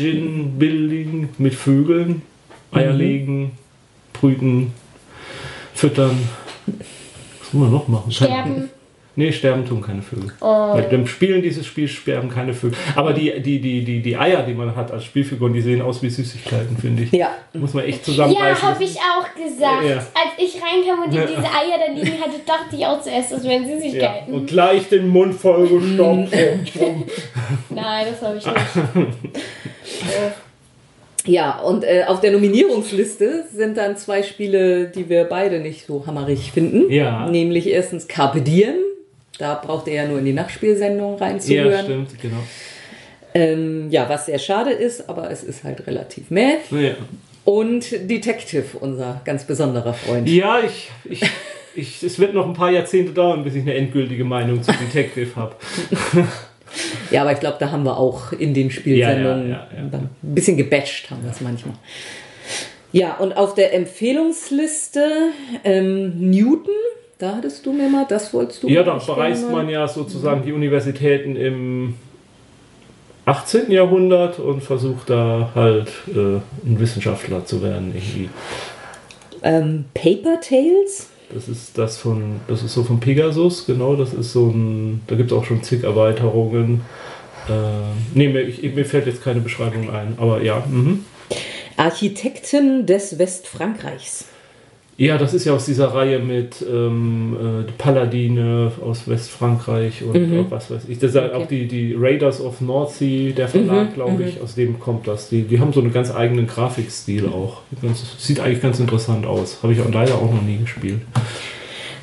[SPEAKER 2] Engine-Building mit Vögeln, Eier legen, brüten, füttern. Was muss man noch machen? Keine-
[SPEAKER 3] Sterben.
[SPEAKER 2] Nee, sterben tun keine Vögel. Bei dem Spielen dieses Spiels sterben keine Vögel. Aber die, die, die, die, die Eier, die man hat als Spielfiguren, die sehen aus wie Süßigkeiten, finde ich.
[SPEAKER 1] Ja.
[SPEAKER 2] Muss man echt
[SPEAKER 3] Ja,
[SPEAKER 2] zusammenreißen.
[SPEAKER 3] habe ich auch gesagt.
[SPEAKER 2] Ja.
[SPEAKER 3] Als ich reinkam und die diese Eier da liegen hatte, dachte ich auch zuerst, das wären
[SPEAKER 2] ja.
[SPEAKER 3] Süßigkeiten.
[SPEAKER 2] Und gleich den Mund vollgestopft.
[SPEAKER 3] Nein, das habe ich nicht.
[SPEAKER 1] Ja, und äh, auf der Nominierungsliste sind dann zwei Spiele, die wir beide nicht so hammerig finden.
[SPEAKER 2] Ja.
[SPEAKER 1] Nämlich erstens Carpe Diem. Da braucht ihr ja nur in die Nachspielsendung reinzuhören.
[SPEAKER 2] ja, stimmt, genau.
[SPEAKER 1] Ähm, ja, was sehr schade ist, aber es ist halt relativ meh.
[SPEAKER 2] Ja,
[SPEAKER 1] Und Detective, unser ganz besonderer Freund.
[SPEAKER 2] ja ich, ich, ich, es wird noch ein paar Jahrzehnte dauern, bis ich eine endgültige Meinung zu Detective habe.
[SPEAKER 1] Ja, aber ich glaube, da haben wir auch in den Spielsendungen
[SPEAKER 2] Ja, ja, ja, ja.
[SPEAKER 1] ein bisschen gebatcht haben wir es manchmal. Ja, und auf der Empfehlungsliste ähm, Newton, da hattest du mir mal, das wolltest du
[SPEAKER 2] Ja,
[SPEAKER 1] glaub
[SPEAKER 2] da
[SPEAKER 1] ich, gerne
[SPEAKER 2] bereist
[SPEAKER 1] mal.
[SPEAKER 2] man ja sozusagen die Universitäten im 18. Jahrhundert und versucht da halt äh, ein Wissenschaftler zu werden irgendwie.
[SPEAKER 1] Ähm, Paper Tales?
[SPEAKER 2] Das ist das von, das ist so von Pegasus, genau, das ist so ein, da gibt es auch schon zig Erweiterungen. Äh, nee, mir, ich, mir fällt jetzt keine Beschreibung ein, aber ja. Mhm.
[SPEAKER 1] Architekten des Westfrankreichs.
[SPEAKER 2] Ja, das ist ja aus dieser Reihe mit ähm, äh, Paladine aus Westfrankreich und äh, was weiß ich. Das ist halt auch die, die Raiders of North Sea, der Verlag, glaube ich, aus dem kommt das. Die, die haben so einen ganz eigenen Grafikstil auch. Ganz, sieht eigentlich ganz interessant aus. Habe ich auch leider auch noch nie gespielt.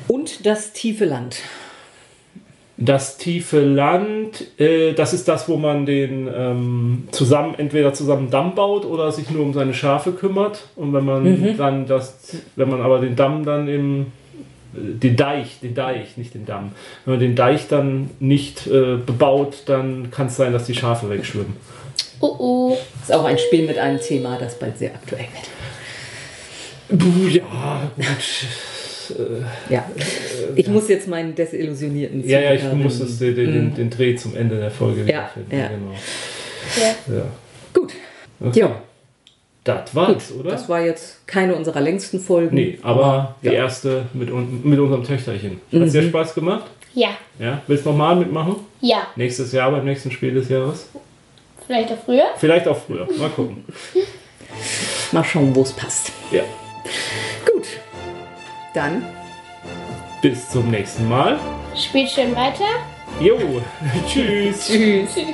[SPEAKER 1] Und das tiefe Land.
[SPEAKER 2] Das tiefe Land, äh, das ist das, wo man den ähm, zusammen, entweder zusammen Damm baut oder sich nur um seine Schafe kümmert. Und wenn man dann das, wenn man aber den Damm dann im äh, den Deich, den Deich, nicht den Damm. Wenn man den Deich dann nicht äh, bebaut, dann kann es sein, dass die Schafe wegschwimmen.
[SPEAKER 3] Oh oh.
[SPEAKER 1] Ist auch ein Spiel mit einem Thema, das bald sehr aktuell wird.
[SPEAKER 2] Puh, Ja, gut.
[SPEAKER 1] Ja. Ich muss jetzt meinen desillusionierten
[SPEAKER 2] Äh, Ja, ja, ich
[SPEAKER 1] Zuhörer-
[SPEAKER 2] muss das, den, den, den Dreh zum Ende der Folge
[SPEAKER 1] Ja,
[SPEAKER 2] wiederfinden.
[SPEAKER 1] ja.
[SPEAKER 2] Genau.
[SPEAKER 3] Ja.
[SPEAKER 2] Ja.
[SPEAKER 1] Gut.
[SPEAKER 2] Okay.
[SPEAKER 1] Ja,
[SPEAKER 2] Das war's, oder?
[SPEAKER 1] das war jetzt keine unserer längsten Folgen.
[SPEAKER 2] Nee, aber die erste mit, un mit unserem Töchterchen. Hat dir Spaß gemacht?
[SPEAKER 3] Ja.
[SPEAKER 2] Ja. Willst du nochmal mitmachen?
[SPEAKER 3] Ja.
[SPEAKER 2] Nächstes Jahr, beim nächsten Spiel des Jahres?
[SPEAKER 3] Vielleicht auch früher?
[SPEAKER 2] Vielleicht auch früher. Mal gucken.
[SPEAKER 1] Mal schauen, wo es passt.
[SPEAKER 2] Ja.
[SPEAKER 1] Gut. Dann
[SPEAKER 2] Bis zum nächsten Mal.
[SPEAKER 3] Spielt schön weiter.
[SPEAKER 2] Jo. Tschüss.
[SPEAKER 3] Tschüss.